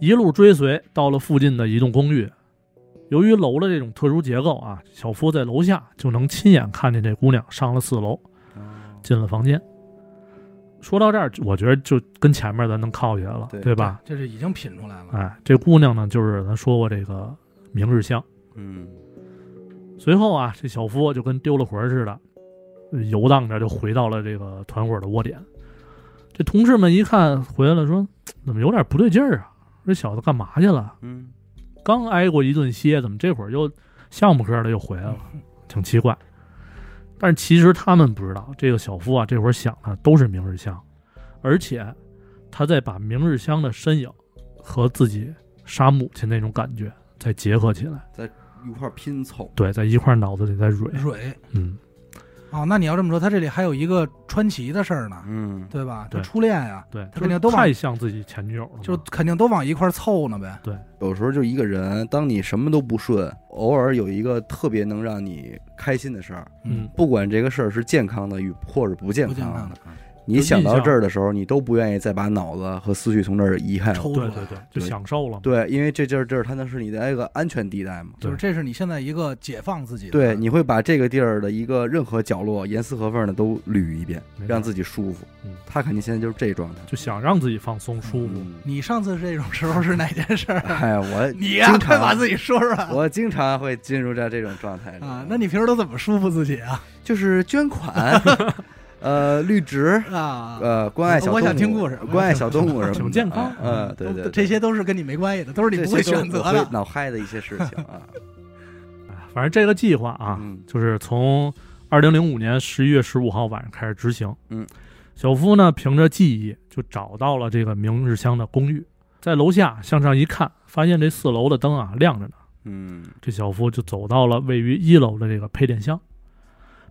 [SPEAKER 3] 一路追随到了附近的一栋公寓。由于楼的这种特殊结构啊，小夫在楼下就能亲眼看见这姑娘上了四楼，
[SPEAKER 1] 哦
[SPEAKER 3] 进了房间。说到这儿，我觉得就跟前面咱能靠起来了，
[SPEAKER 1] 对
[SPEAKER 3] 吧？
[SPEAKER 2] 这是已经品出来了。
[SPEAKER 3] 哎，这姑娘呢，就是咱说过这个明日香。
[SPEAKER 1] 嗯，
[SPEAKER 3] 随后啊，这小夫就跟丢了魂儿似的，呃游荡着就回到了这个团伙的窝点。这同事们一看回来了，说：“怎么有点不对劲儿啊？这小子干嘛去了？
[SPEAKER 1] 嗯，
[SPEAKER 3] 刚挨过一顿歇，怎么这会儿又项目科的又回来了？挺奇怪。”但是其实他们不知道，这个小夫啊，这会儿想的都是明日香，而且他在把明日香的身影和自己杀母亲那种感觉再结合起来，
[SPEAKER 1] 一块儿拼凑，
[SPEAKER 3] 对，在一块儿脑子里再蕊，
[SPEAKER 2] 蕊
[SPEAKER 3] 嗯。
[SPEAKER 2] 哦，那你要这么说，他这里还有一个传奇的事儿呢，
[SPEAKER 1] 嗯，
[SPEAKER 2] 对吧？
[SPEAKER 3] 对哦
[SPEAKER 2] 他初恋呀、
[SPEAKER 3] 对，
[SPEAKER 2] 他
[SPEAKER 3] 就
[SPEAKER 2] 肯
[SPEAKER 3] 是
[SPEAKER 2] 定都往
[SPEAKER 3] 太像自己前女友了嘛，
[SPEAKER 2] 就肯定都往一块儿凑呢呗。
[SPEAKER 1] 有时候就一个人，当你什么都不顺，偶尔有一个特别能让你开心的事儿，
[SPEAKER 3] 嗯，
[SPEAKER 1] 不管这个事儿是健康的与或者不健
[SPEAKER 2] 不健
[SPEAKER 1] 康
[SPEAKER 2] 康
[SPEAKER 1] 的
[SPEAKER 2] 的，
[SPEAKER 1] 你想到这儿的时候，你都不愿意再把脑子和思绪从这儿移开了。
[SPEAKER 2] 抽出
[SPEAKER 3] 嗯对
[SPEAKER 2] 来，
[SPEAKER 3] 对对，就
[SPEAKER 1] 对
[SPEAKER 3] 享受了嘛，
[SPEAKER 1] 对，因为这就是这儿，它那是你的一个安全地带嘛。
[SPEAKER 2] 就是这是你现在一个解放自己的。
[SPEAKER 1] 对，你会把这个地儿的一个任何角落严丝合缝的都捋一遍
[SPEAKER 3] 没，错
[SPEAKER 1] 让自己舒服
[SPEAKER 3] 嗯。
[SPEAKER 1] 他肯定现在就是这状态。
[SPEAKER 3] 就想让自己放松舒服。
[SPEAKER 1] 嗯
[SPEAKER 2] 你上次这种时候是哪件 事儿？
[SPEAKER 1] 哎，我
[SPEAKER 2] 你呀、
[SPEAKER 1] 经
[SPEAKER 2] 快
[SPEAKER 1] 常
[SPEAKER 2] 把自己说出来
[SPEAKER 1] 我经常会进入在这种状态里
[SPEAKER 2] 啊！那你平时都怎么舒服自己啊？
[SPEAKER 1] 就是捐款， 呃，绿植，
[SPEAKER 2] 啊，
[SPEAKER 1] 呃，关爱小动物，
[SPEAKER 2] 我想听故事
[SPEAKER 1] 关爱小动物什么的，
[SPEAKER 3] 挺健康
[SPEAKER 1] 嗯，对对，
[SPEAKER 2] 都
[SPEAKER 1] 对
[SPEAKER 2] 这些都是跟你没关系的，都是你不会
[SPEAKER 1] 这些都
[SPEAKER 2] 选
[SPEAKER 1] 是
[SPEAKER 2] 择
[SPEAKER 1] 我
[SPEAKER 2] 的
[SPEAKER 1] 会。脑嗨的一些事情 啊，
[SPEAKER 3] 哎反正这个计划啊，
[SPEAKER 1] 嗯
[SPEAKER 3] 就是从二零零五年十一月十五号晚上开始执行。
[SPEAKER 1] 嗯，
[SPEAKER 3] 小夫呢凭着记忆就找到了这个明日香的公寓，在楼下向上一看，发现这四楼的灯啊亮着呢。
[SPEAKER 1] 嗯
[SPEAKER 3] 这小夫就走到了位于一楼的这个配电箱，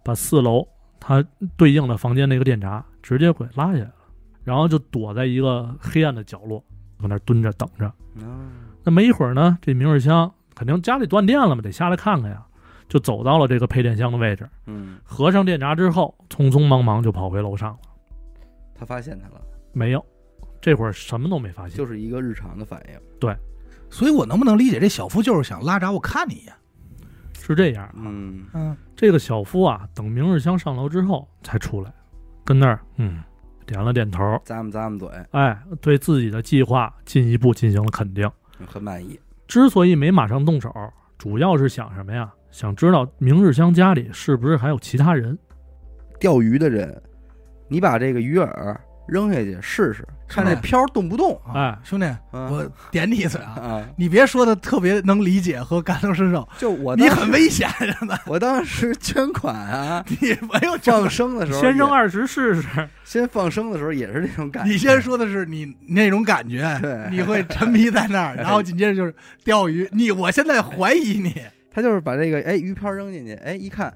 [SPEAKER 3] 把四楼他对应的房间那个电闸直接给拉下来了，然后就躲在一个黑暗的角落，搁那儿蹲着等着。
[SPEAKER 1] 嗯
[SPEAKER 3] 那没一会儿呢，这明日香肯定家里断电了嘛，得下来看看呀，就走到了这个配电箱的位置，
[SPEAKER 1] 嗯，
[SPEAKER 3] 合上电闸之后，匆匆忙忙就跑回楼上了。
[SPEAKER 1] 他发现他了，
[SPEAKER 3] 没有，这会儿什么都没发现，
[SPEAKER 1] 就是一个日常的反应，啊
[SPEAKER 2] 所以我能不能理解这小夫就是想拉闸我看你一眼？
[SPEAKER 3] 是这样啊。
[SPEAKER 1] 嗯
[SPEAKER 2] 嗯，
[SPEAKER 3] 这个小夫啊，等明日香上楼之后才出来，跟那儿嗯点了点头，
[SPEAKER 1] 咂摸咂摸嘴，
[SPEAKER 3] 哎，对自己的计划进一步进行了肯定。
[SPEAKER 1] 很满意，
[SPEAKER 3] 之所以没马上动手，主要是想什么呀？想知道明日香家里是不是还有其他人？
[SPEAKER 1] 钓鱼的人，你把这个鱼饵扔下去试试，看这漂动不动。
[SPEAKER 2] 啊
[SPEAKER 3] 哎
[SPEAKER 2] 兄弟，
[SPEAKER 1] 啊
[SPEAKER 2] 我点你一嘴啊！
[SPEAKER 1] 啊，
[SPEAKER 2] 你别说的特别能理解和感同身受，
[SPEAKER 1] 就我
[SPEAKER 2] 你
[SPEAKER 1] 当
[SPEAKER 2] 很危险，啊真的，
[SPEAKER 1] 我当时捐款啊，
[SPEAKER 2] 你没有
[SPEAKER 1] 放生的时候也
[SPEAKER 3] 先扔二十试试。
[SPEAKER 1] 先放生的时候也是这种感觉。
[SPEAKER 2] 你先说的是你那种感觉
[SPEAKER 1] 对，
[SPEAKER 2] 你会沉迷在那儿，然后紧接着就是钓鱼。你我现在怀疑你
[SPEAKER 1] 他就是把这个哎鱼漂扔进去，哎一看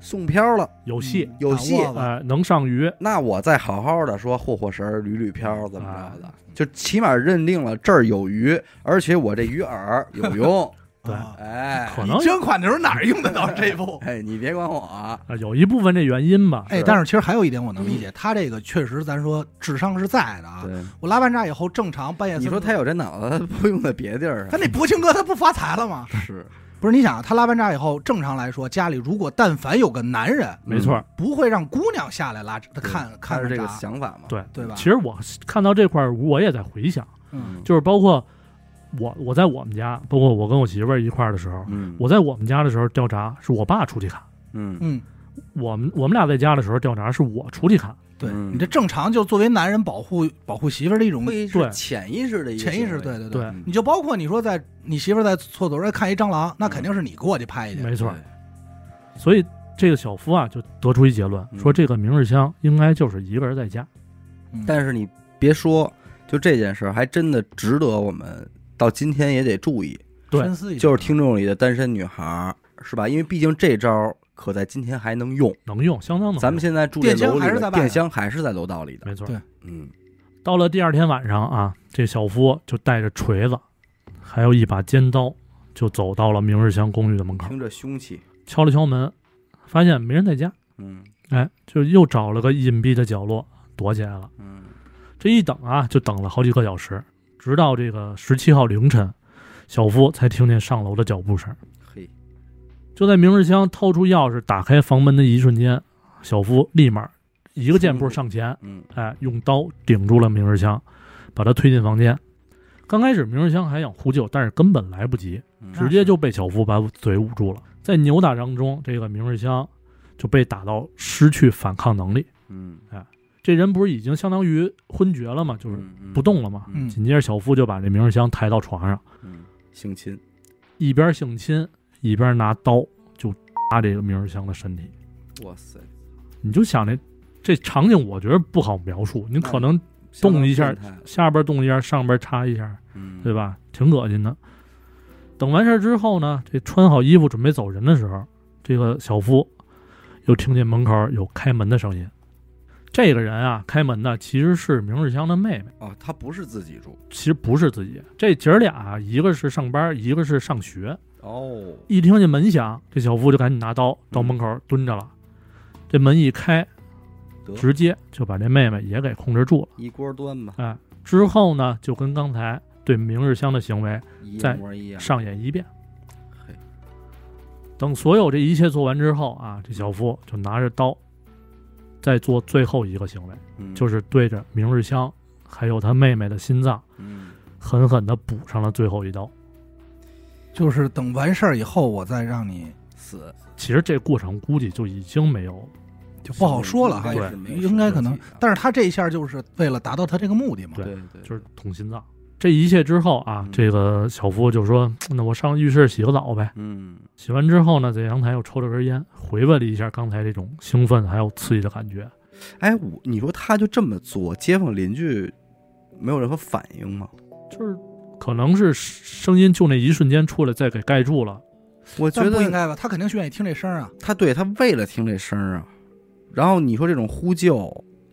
[SPEAKER 1] 送漂了，
[SPEAKER 3] 有戏，
[SPEAKER 1] 有嗯戏
[SPEAKER 2] 把握啊了
[SPEAKER 3] 哎，能上鱼，
[SPEAKER 1] 那我再好好的说霍霍神儿捋捋漂怎么着的，就起码认定了这儿有鱼，而且我这鱼饵有用。
[SPEAKER 3] 对
[SPEAKER 2] 啊
[SPEAKER 1] 哎
[SPEAKER 3] 可能
[SPEAKER 2] 你捐款的时候哪儿用得到这步？
[SPEAKER 1] 哎，你别管我，
[SPEAKER 3] 啊有一部分这原因吧。
[SPEAKER 2] 哎，但是其实还有一点我能理解，他这个确实，咱说智商是在的啊。
[SPEAKER 1] 嗯对，
[SPEAKER 2] 我拉完闸以后，正常半夜
[SPEAKER 1] 你
[SPEAKER 2] 三
[SPEAKER 1] 说
[SPEAKER 2] 更
[SPEAKER 1] 他，有这脑子，他不用在别地儿
[SPEAKER 2] 咱那薄情哥他不发财了吗？
[SPEAKER 1] 啊？是，
[SPEAKER 2] 不是，你想啊他拉完闸以后，正常来说，家里如果但凡有个男人，
[SPEAKER 3] 没错，
[SPEAKER 2] 不会让姑娘下来拉他
[SPEAKER 1] 对
[SPEAKER 2] 看
[SPEAKER 1] 他
[SPEAKER 2] 看
[SPEAKER 1] 是
[SPEAKER 2] 看
[SPEAKER 1] 这个
[SPEAKER 2] 闸
[SPEAKER 1] 想法嘛？
[SPEAKER 3] 对
[SPEAKER 2] 对吧
[SPEAKER 3] 其实我看到这块儿，我也在回想，
[SPEAKER 2] 嗯，
[SPEAKER 3] 就是包括我我在我们家，包括我跟我媳妇儿一块儿的时候，
[SPEAKER 1] 嗯，
[SPEAKER 3] 我在我们家的时候调查是我爸出去看，
[SPEAKER 1] 嗯
[SPEAKER 2] 嗯，
[SPEAKER 3] 我们我们俩在家的时候调查是我出去看。
[SPEAKER 2] 对
[SPEAKER 1] 嗯
[SPEAKER 2] 你这正常就作为男人保护保护媳妇儿的一种
[SPEAKER 1] 会
[SPEAKER 3] 对
[SPEAKER 1] 是潜意识的一个
[SPEAKER 2] 潜意识，
[SPEAKER 1] 行
[SPEAKER 2] 对
[SPEAKER 1] 为
[SPEAKER 2] 对
[SPEAKER 3] 对，
[SPEAKER 1] 嗯
[SPEAKER 2] 你就包括你说在你媳妇儿在厕所儿哎看一蟑螂，那
[SPEAKER 1] 嗯
[SPEAKER 2] 肯定是你过去拍去。
[SPEAKER 3] 没错，
[SPEAKER 1] 对
[SPEAKER 3] 所以这个小夫啊就得出一结论，
[SPEAKER 1] 嗯
[SPEAKER 3] 说这个明日香应该就是一个人在家。
[SPEAKER 2] 嗯
[SPEAKER 1] 但是你别说，就这件事儿，还真的值得我们到今天也得注意。
[SPEAKER 3] 对
[SPEAKER 2] 深思一下，
[SPEAKER 1] 就是听众里的单身女孩儿，是吧？因为毕竟这招儿可在今天还能用。
[SPEAKER 3] 能用，相当能用。
[SPEAKER 1] 咱们现在住这楼
[SPEAKER 2] 电箱
[SPEAKER 1] 里
[SPEAKER 2] 还是在
[SPEAKER 1] 的
[SPEAKER 2] 外头
[SPEAKER 1] 电箱还是在楼道里的。
[SPEAKER 3] 没错
[SPEAKER 2] 对。
[SPEAKER 1] 嗯
[SPEAKER 3] 到了第二天晚上啊，这小夫就带着锤子，还有一把尖刀，就
[SPEAKER 1] 嗯
[SPEAKER 3] 走到了明日香公寓的门口，
[SPEAKER 1] 听着凶器。
[SPEAKER 3] 敲了敲门，发现没人在家。
[SPEAKER 1] 嗯
[SPEAKER 3] 哎，就又找了个隐蔽的角落躲起来了。
[SPEAKER 1] 嗯
[SPEAKER 3] 这一等啊，就等了好几个小时，直到这个十七号凌晨，小夫才听见上楼的脚步声。
[SPEAKER 1] 嘿，
[SPEAKER 3] 就在明日香掏出钥匙打开房门的一瞬间，小夫立马一个箭步上前，
[SPEAKER 1] 嗯
[SPEAKER 3] 哎，用刀顶住了明日香，把他推进房间。刚开始明日香还想呼救，但是根本来不及，
[SPEAKER 1] 嗯
[SPEAKER 3] 直接就被小夫把嘴捂住了。在扭打当中，这个明日香就被打到失去反抗能力。
[SPEAKER 1] 嗯
[SPEAKER 3] 这人不是已经相当于昏厥了吗？就是
[SPEAKER 1] 嗯
[SPEAKER 3] 不动了吗？
[SPEAKER 1] 嗯
[SPEAKER 3] 紧接着，小夫就把这明日香抬到床上，
[SPEAKER 1] 嗯性侵
[SPEAKER 3] 一边性侵，一边拿刀就扎这个明日香的身体。
[SPEAKER 1] 哇塞
[SPEAKER 3] 你就想这这场景，我觉得不好描述。你可能动一
[SPEAKER 1] 相
[SPEAKER 3] 下
[SPEAKER 1] 当变态
[SPEAKER 3] 下边动一下，上边插一下，
[SPEAKER 1] 嗯
[SPEAKER 3] 对吧？挺恶心的。等完事儿之后呢，这穿好衣服准备走人的时候，这个小夫又听见门口有开门的声音。这个人啊，开门的其实是明日香的妹妹。
[SPEAKER 1] 哦他不是自己住
[SPEAKER 3] 其实不是自己，这姐儿俩啊一个是上班，一个是上学。
[SPEAKER 1] 哦
[SPEAKER 3] 一听见门响，这小夫就赶紧拿刀到门口蹲着了。这门一开，
[SPEAKER 1] 得
[SPEAKER 3] 直接就把这妹妹也给控制住了。
[SPEAKER 1] 一锅端吧
[SPEAKER 3] 哎，之后呢，就跟刚才对明日香的行为
[SPEAKER 1] 一
[SPEAKER 3] 在
[SPEAKER 1] 模一样
[SPEAKER 3] 上演一遍
[SPEAKER 1] 嘿。
[SPEAKER 3] 等所有这一切做完之后啊，这小夫就拿着刀，再做最后一个行为，
[SPEAKER 1] 嗯
[SPEAKER 3] 就是对着明日香还有她妹妹的心脏
[SPEAKER 1] 嗯
[SPEAKER 3] 狠狠地补上了最后一刀。
[SPEAKER 2] 就是等完事儿以后，我再让你
[SPEAKER 1] 死
[SPEAKER 3] 其实这过程估计就已经没有，
[SPEAKER 2] 就不好说了哈，
[SPEAKER 1] 对
[SPEAKER 2] 应该可能，但是他这一下就是为了达到他这个目的嘛，
[SPEAKER 1] 对对
[SPEAKER 3] 就是捅心脏。这一切之后啊
[SPEAKER 1] 嗯，
[SPEAKER 3] 这个小夫就说：“那我上浴室洗个澡呗。
[SPEAKER 1] 嗯”
[SPEAKER 3] 洗完之后呢，在阳台又抽了根烟，回味了一下刚才这种兴奋还有刺激的感觉。
[SPEAKER 1] 哎我你说他就这么做街坊邻居没有任何反应吗？
[SPEAKER 3] 就是可能是声音就那一瞬间出来，再给盖住了。
[SPEAKER 1] 我觉
[SPEAKER 2] 但不应
[SPEAKER 1] 得
[SPEAKER 2] 该吧？他肯定是愿意听这声儿啊，
[SPEAKER 1] 他对他为了听这声儿啊，然后你说这种呼救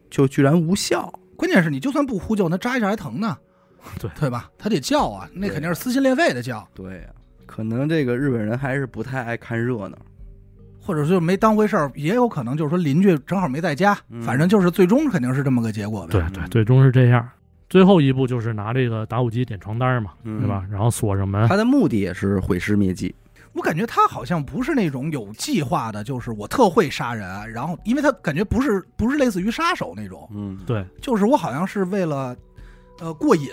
[SPEAKER 1] 就居然无效，
[SPEAKER 2] 关键是你就算不呼救，那扎一下还 疼呢，
[SPEAKER 3] 对
[SPEAKER 2] 对吧？他得叫啊，那
[SPEAKER 1] 对
[SPEAKER 2] 肯定是撕心裂肺的叫，
[SPEAKER 1] 对啊呀、可能这个日本人还是不太爱看热闹。
[SPEAKER 2] 或者是没当回事儿，也有可能就是说邻居正好没在家，
[SPEAKER 1] 嗯
[SPEAKER 2] 反正就是最终肯定是这么个结果呗。
[SPEAKER 3] 对对，最终是这样。最后一步就是拿这个打火机点床单嘛，
[SPEAKER 1] 嗯
[SPEAKER 3] 对吧？然后锁上门
[SPEAKER 1] 他。的目的也是毁尸灭迹。
[SPEAKER 2] 我感觉他好像不是那种有计划的，就是我特会杀人，啊然后因为他感觉不是不是类似于杀手那种，
[SPEAKER 1] 嗯，
[SPEAKER 3] 对，
[SPEAKER 2] 就是我好像是为了，呃，过瘾，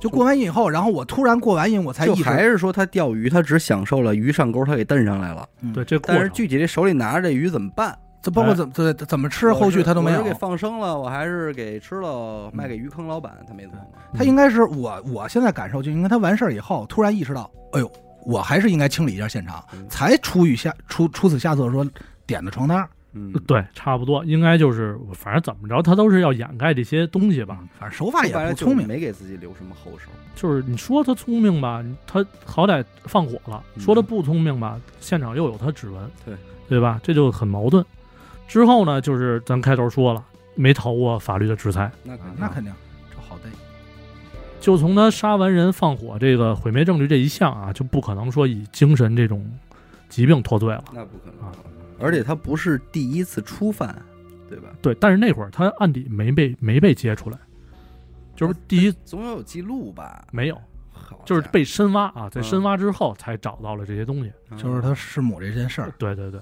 [SPEAKER 2] 就过完瘾以后，然后我突然过完瘾，我才
[SPEAKER 1] 就
[SPEAKER 2] 意识
[SPEAKER 1] 还是说他钓鱼，他只享受了鱼上钩，他给蹬上来了。
[SPEAKER 3] 对，这过
[SPEAKER 1] 但是
[SPEAKER 3] 程
[SPEAKER 1] 具体这手里拿着这鱼怎么办？
[SPEAKER 2] 嗯这包括怎么怎怎么吃，后续他都没
[SPEAKER 1] 我
[SPEAKER 2] 有
[SPEAKER 1] 是。给放生了，我还是给吃了，
[SPEAKER 2] 嗯
[SPEAKER 1] 卖给鱼坑老板，他没琢磨。
[SPEAKER 2] 他应该是我，我现在感受就应该他完事儿以后，突然意识到，哎呦，我还是应该清理一下现场，
[SPEAKER 1] 嗯
[SPEAKER 2] 才出于下出出此下策说点的床单儿
[SPEAKER 1] 嗯，
[SPEAKER 3] 对，差不多应该就是，反正怎么着，他都是要掩盖这些东西吧。
[SPEAKER 2] 吧，反正手法也
[SPEAKER 1] 说白了
[SPEAKER 2] 不
[SPEAKER 1] 就是
[SPEAKER 2] 聪明。
[SPEAKER 1] 没给自己留什么后手。
[SPEAKER 3] 就是你说他聪明吧，他好歹放火了；
[SPEAKER 1] 嗯
[SPEAKER 3] 说他不聪明吧，现场又有他指纹，
[SPEAKER 1] 对
[SPEAKER 3] 对吧？这就很矛盾。之后呢，就是咱开头说了，没逃过法律的制裁。
[SPEAKER 1] 那肯定，
[SPEAKER 2] 啊那肯定，这好
[SPEAKER 1] 嗯
[SPEAKER 2] 逮。
[SPEAKER 3] 就从他杀完人、放火这个毁灭证据这一项啊，就不可能说以精神这种疾病脱罪了。
[SPEAKER 1] 那不可能
[SPEAKER 3] 啊。
[SPEAKER 1] 而且他不是第一次初犯，对吧？
[SPEAKER 3] 对，但是那会儿他案底没被没被揭出来，就是第一
[SPEAKER 1] 总要有记录吧？
[SPEAKER 3] 没有，
[SPEAKER 1] 好
[SPEAKER 3] 就是
[SPEAKER 1] 家伙
[SPEAKER 3] 被深挖啊，在
[SPEAKER 1] 嗯
[SPEAKER 3] 深挖之后才找到了这些东西。
[SPEAKER 2] 就是他弑母这件事儿，
[SPEAKER 3] 对对对。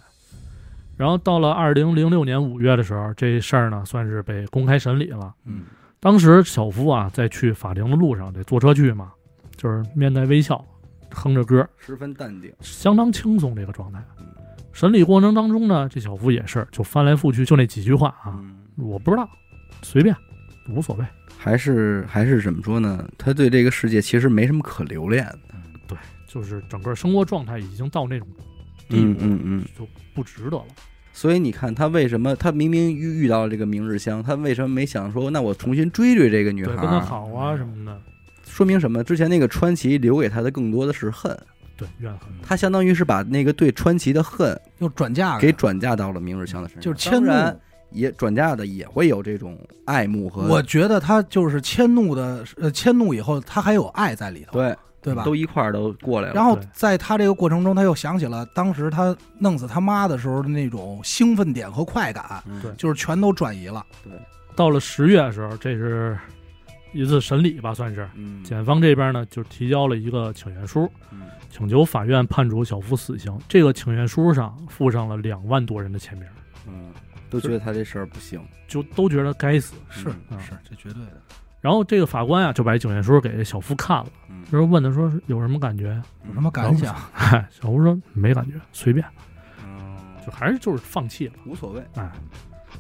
[SPEAKER 3] 然后到了二零零六年五月的时候，这事儿呢算是被公开审理了。
[SPEAKER 1] 嗯，
[SPEAKER 3] 当时小夫啊在去法庭的路上，得坐车去嘛，就是面带微笑，哼着歌，
[SPEAKER 1] 十分淡定。
[SPEAKER 3] 相当轻松这个状态
[SPEAKER 1] 嗯。
[SPEAKER 3] 审理过程当中呢，这小夫也是就翻来覆去就那几句话啊，
[SPEAKER 1] 嗯。
[SPEAKER 3] 我不知道，随便，无所谓。
[SPEAKER 1] 还是还是怎么说呢？他对这个世界其实没什么可留恋的。
[SPEAKER 3] 就是整个生活状态已经到那种地
[SPEAKER 1] 嗯
[SPEAKER 3] 步，
[SPEAKER 1] 嗯嗯。
[SPEAKER 3] 就不值得了。
[SPEAKER 1] 所以你看，他为什么他明明遇遇到了这个明日香，他为什么没想说，那我重新追追这个女
[SPEAKER 3] 对，
[SPEAKER 1] 孩
[SPEAKER 3] 跟
[SPEAKER 1] 儿？嗯
[SPEAKER 3] 他好啊什么的，
[SPEAKER 1] 说明什么？之前那个川崎留给他的更多的是恨，
[SPEAKER 3] 对，怨恨。
[SPEAKER 1] 他相当于是把那个对川崎的恨
[SPEAKER 2] 又转嫁
[SPEAKER 1] 给
[SPEAKER 2] 给
[SPEAKER 1] 转嫁到了明日香的身上，
[SPEAKER 2] 就是迁怒
[SPEAKER 1] 当。然也转嫁的也会有这种爱慕和
[SPEAKER 2] 我觉得他就是迁怒的，呃，迁怒以后他还有爱在里头，
[SPEAKER 1] 对
[SPEAKER 2] 对吧？
[SPEAKER 1] 都一块儿都过来了。
[SPEAKER 2] 然后
[SPEAKER 3] 对
[SPEAKER 2] 在他这个过程中，他又想起了当时他弄死他妈的时候的那种兴奋点和快感，
[SPEAKER 1] 嗯
[SPEAKER 3] 对
[SPEAKER 2] 就是全都转移了。
[SPEAKER 3] 到了十月的时候，这是一次审理吧，算是
[SPEAKER 1] 嗯，
[SPEAKER 3] 检方这边呢就提交了一个请愿书，
[SPEAKER 1] 嗯
[SPEAKER 3] 请求法院判处小夫死刑。这个请愿书上附上了两万多人的签名，
[SPEAKER 1] 嗯，都觉得他这事儿不行，
[SPEAKER 3] 就都觉得该死。
[SPEAKER 2] 是
[SPEAKER 3] 嗯
[SPEAKER 2] 是，这绝对的。
[SPEAKER 3] 然后这个法官啊就把这请愿书给小夫看了，
[SPEAKER 1] 嗯
[SPEAKER 3] 就是问他说有什么感觉？
[SPEAKER 2] 有什么感想？
[SPEAKER 3] 嗨，小夫说没感觉，随便，
[SPEAKER 1] 嗯
[SPEAKER 3] 就还是就是放弃了。
[SPEAKER 1] 无所谓。
[SPEAKER 3] 哎，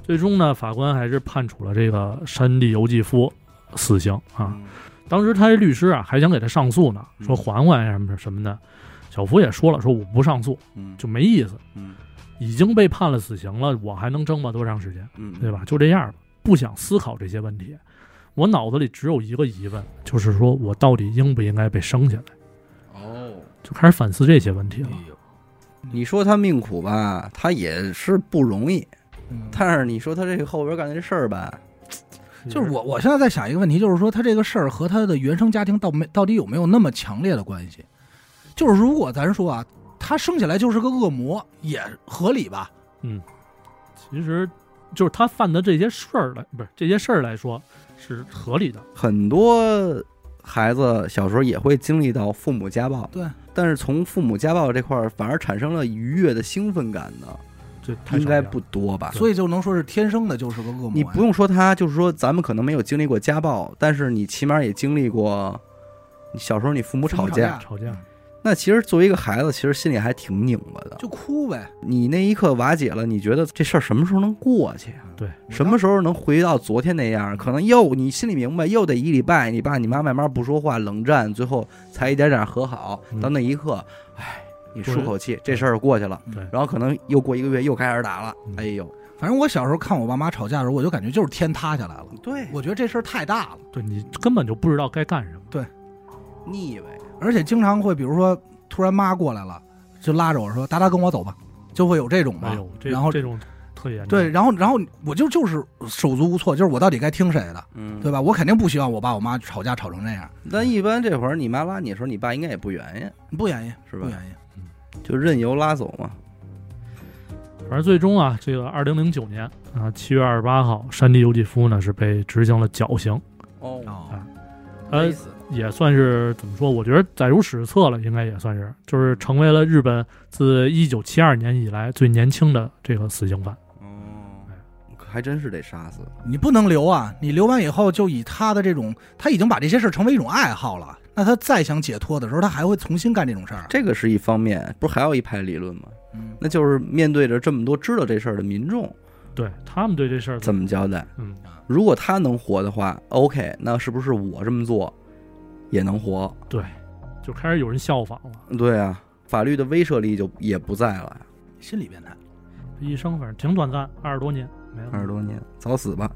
[SPEAKER 3] 最终呢，法官还是判处了这个山地游记夫死刑啊。
[SPEAKER 1] 嗯，
[SPEAKER 3] 当时他这律师啊还想给他上诉呢，
[SPEAKER 1] 嗯
[SPEAKER 3] 说缓缓呀什么什么的。小福也说了，说我不上诉
[SPEAKER 1] 嗯，
[SPEAKER 3] 就没意思，
[SPEAKER 1] 嗯
[SPEAKER 3] 已经被判了死刑了，我还能挣吧多长时间，
[SPEAKER 1] 嗯，
[SPEAKER 3] 对吧？就这样吧，不想思考这些问题。我脑子里只有一个疑问，就是说我到底应不应该被生下来？
[SPEAKER 1] 哦，
[SPEAKER 3] 就开始反思这些问题了。
[SPEAKER 2] 哎呦，
[SPEAKER 1] 你说他命苦吧，他也是不容易，
[SPEAKER 2] 嗯
[SPEAKER 1] 但是你说他这个后边干这事儿吧，嗯
[SPEAKER 2] 就是我，我现在在想一个问题，就是说他这个事儿和他的原生家庭到没到底有没有那么强烈的关系？就是如果咱说啊，他生下来就是个恶魔，也合理吧？
[SPEAKER 3] 其实就是他犯的这些事儿来，不是这些事儿来说是合理的。
[SPEAKER 1] 很多孩子小时候也会经历到父母家暴，
[SPEAKER 2] 对，
[SPEAKER 1] 但是从父母家暴这块儿反而产生了愉悦的兴奋感的，
[SPEAKER 3] 这太
[SPEAKER 1] 应
[SPEAKER 3] 少
[SPEAKER 1] 该
[SPEAKER 3] 见
[SPEAKER 1] 不
[SPEAKER 3] 了
[SPEAKER 1] 多吧？
[SPEAKER 2] 所以就能说是天生的就是个恶魔呀。
[SPEAKER 1] 你不用说他，就是说咱们可能没有经历过家暴，但是你起码也经历过，你小时候你父母
[SPEAKER 2] 父母
[SPEAKER 1] 吵
[SPEAKER 2] 吵
[SPEAKER 1] 架，
[SPEAKER 2] 架
[SPEAKER 3] 吵架，
[SPEAKER 1] 那其实作为一个孩子，其实心里还挺拧巴的。
[SPEAKER 2] 就哭呗，
[SPEAKER 1] 你那一刻瓦解了，你觉得这事儿什么时候能过去啊？
[SPEAKER 3] 对，
[SPEAKER 1] 什么时候能回到昨天那样？可能又你心里明白，又得一礼拜，你爸你妈慢慢不说话，冷战，最后才一点点和好。
[SPEAKER 3] 嗯
[SPEAKER 1] 到那一刻，哎，你舒
[SPEAKER 3] 对
[SPEAKER 1] 口气，这事儿过去了。
[SPEAKER 3] 对
[SPEAKER 1] 然后可能又过一个月，又开始打了
[SPEAKER 3] 嗯。
[SPEAKER 1] 哎呦，
[SPEAKER 2] 反正我小时候看我爸妈吵架的时候，我就感觉就是天塌下来了。
[SPEAKER 1] 对，
[SPEAKER 2] 我觉得这事儿太大了，
[SPEAKER 3] 对你根本就不知道该干什么。
[SPEAKER 1] 腻歪。
[SPEAKER 2] 而且经常会比如说突然妈过来了，就拉着我说：“达达跟我走吧。”就会有这种吧。
[SPEAKER 3] 哎呦，这
[SPEAKER 2] 然后
[SPEAKER 3] 这种特
[SPEAKER 1] 嗯
[SPEAKER 3] 严重。
[SPEAKER 2] 对，，然后然后我就就是手足无措，就是我到底该听谁的，
[SPEAKER 1] 嗯，
[SPEAKER 2] 对吧？我肯定不希望我爸我妈吵架吵成这样，
[SPEAKER 1] 但一般这会儿你妈拉你的时候，你爸应该也不原因，
[SPEAKER 2] 不愿意，
[SPEAKER 1] 是吧
[SPEAKER 2] 不愿意。
[SPEAKER 1] 就任由拉走嘛。
[SPEAKER 3] 反正最终啊，这个二零零九年啊七月二十八号，山地游记夫呢是被执行了绞刑，
[SPEAKER 1] 哦
[SPEAKER 2] 哦，
[SPEAKER 3] 呃
[SPEAKER 1] 勒，死
[SPEAKER 3] 也算是怎么说？我觉得载入史册了，应该也算是，就是成为了日本自一九七二年以来最年轻的这个死刑犯。
[SPEAKER 1] 哦，
[SPEAKER 3] 哎
[SPEAKER 1] 还真是得杀死。
[SPEAKER 2] 你不能留啊！你留完以后，就以他的这种，他已经把这些事儿成为一种爱好了。那他再想解脱的时候，他还会重新干这种事儿。
[SPEAKER 1] 这个是一方面，不是还有一派理论吗？
[SPEAKER 2] 嗯，
[SPEAKER 1] 那就是面对着这么多知道这事儿的民众，
[SPEAKER 3] 对他们对这事儿
[SPEAKER 1] 怎么交代？
[SPEAKER 3] 嗯，
[SPEAKER 1] 如果他能活的话，OK，那是不是我这么做也能活？
[SPEAKER 3] 就开始有人效仿了。
[SPEAKER 1] 对啊，法律的威慑力就也不在了。
[SPEAKER 2] 心理变态。
[SPEAKER 3] 一生反正挺短暂，二十多年没了。
[SPEAKER 1] 二十多年，早死吧。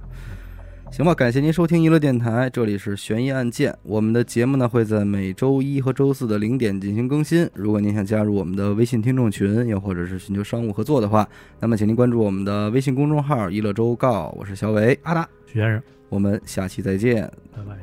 [SPEAKER 1] 行吧，感谢您收听娱乐电台，这里是悬疑案件。我们的节目呢会在每周一和周四的零点进行更新。如果您想加入我们的微信听众群，又或者是寻求商务合作的话，那么请您关注我们的微信公众号“娱乐周告”。我是小伟，
[SPEAKER 2] 阿达，
[SPEAKER 3] 许先生，
[SPEAKER 1] 我们下期再见。
[SPEAKER 3] 拜拜。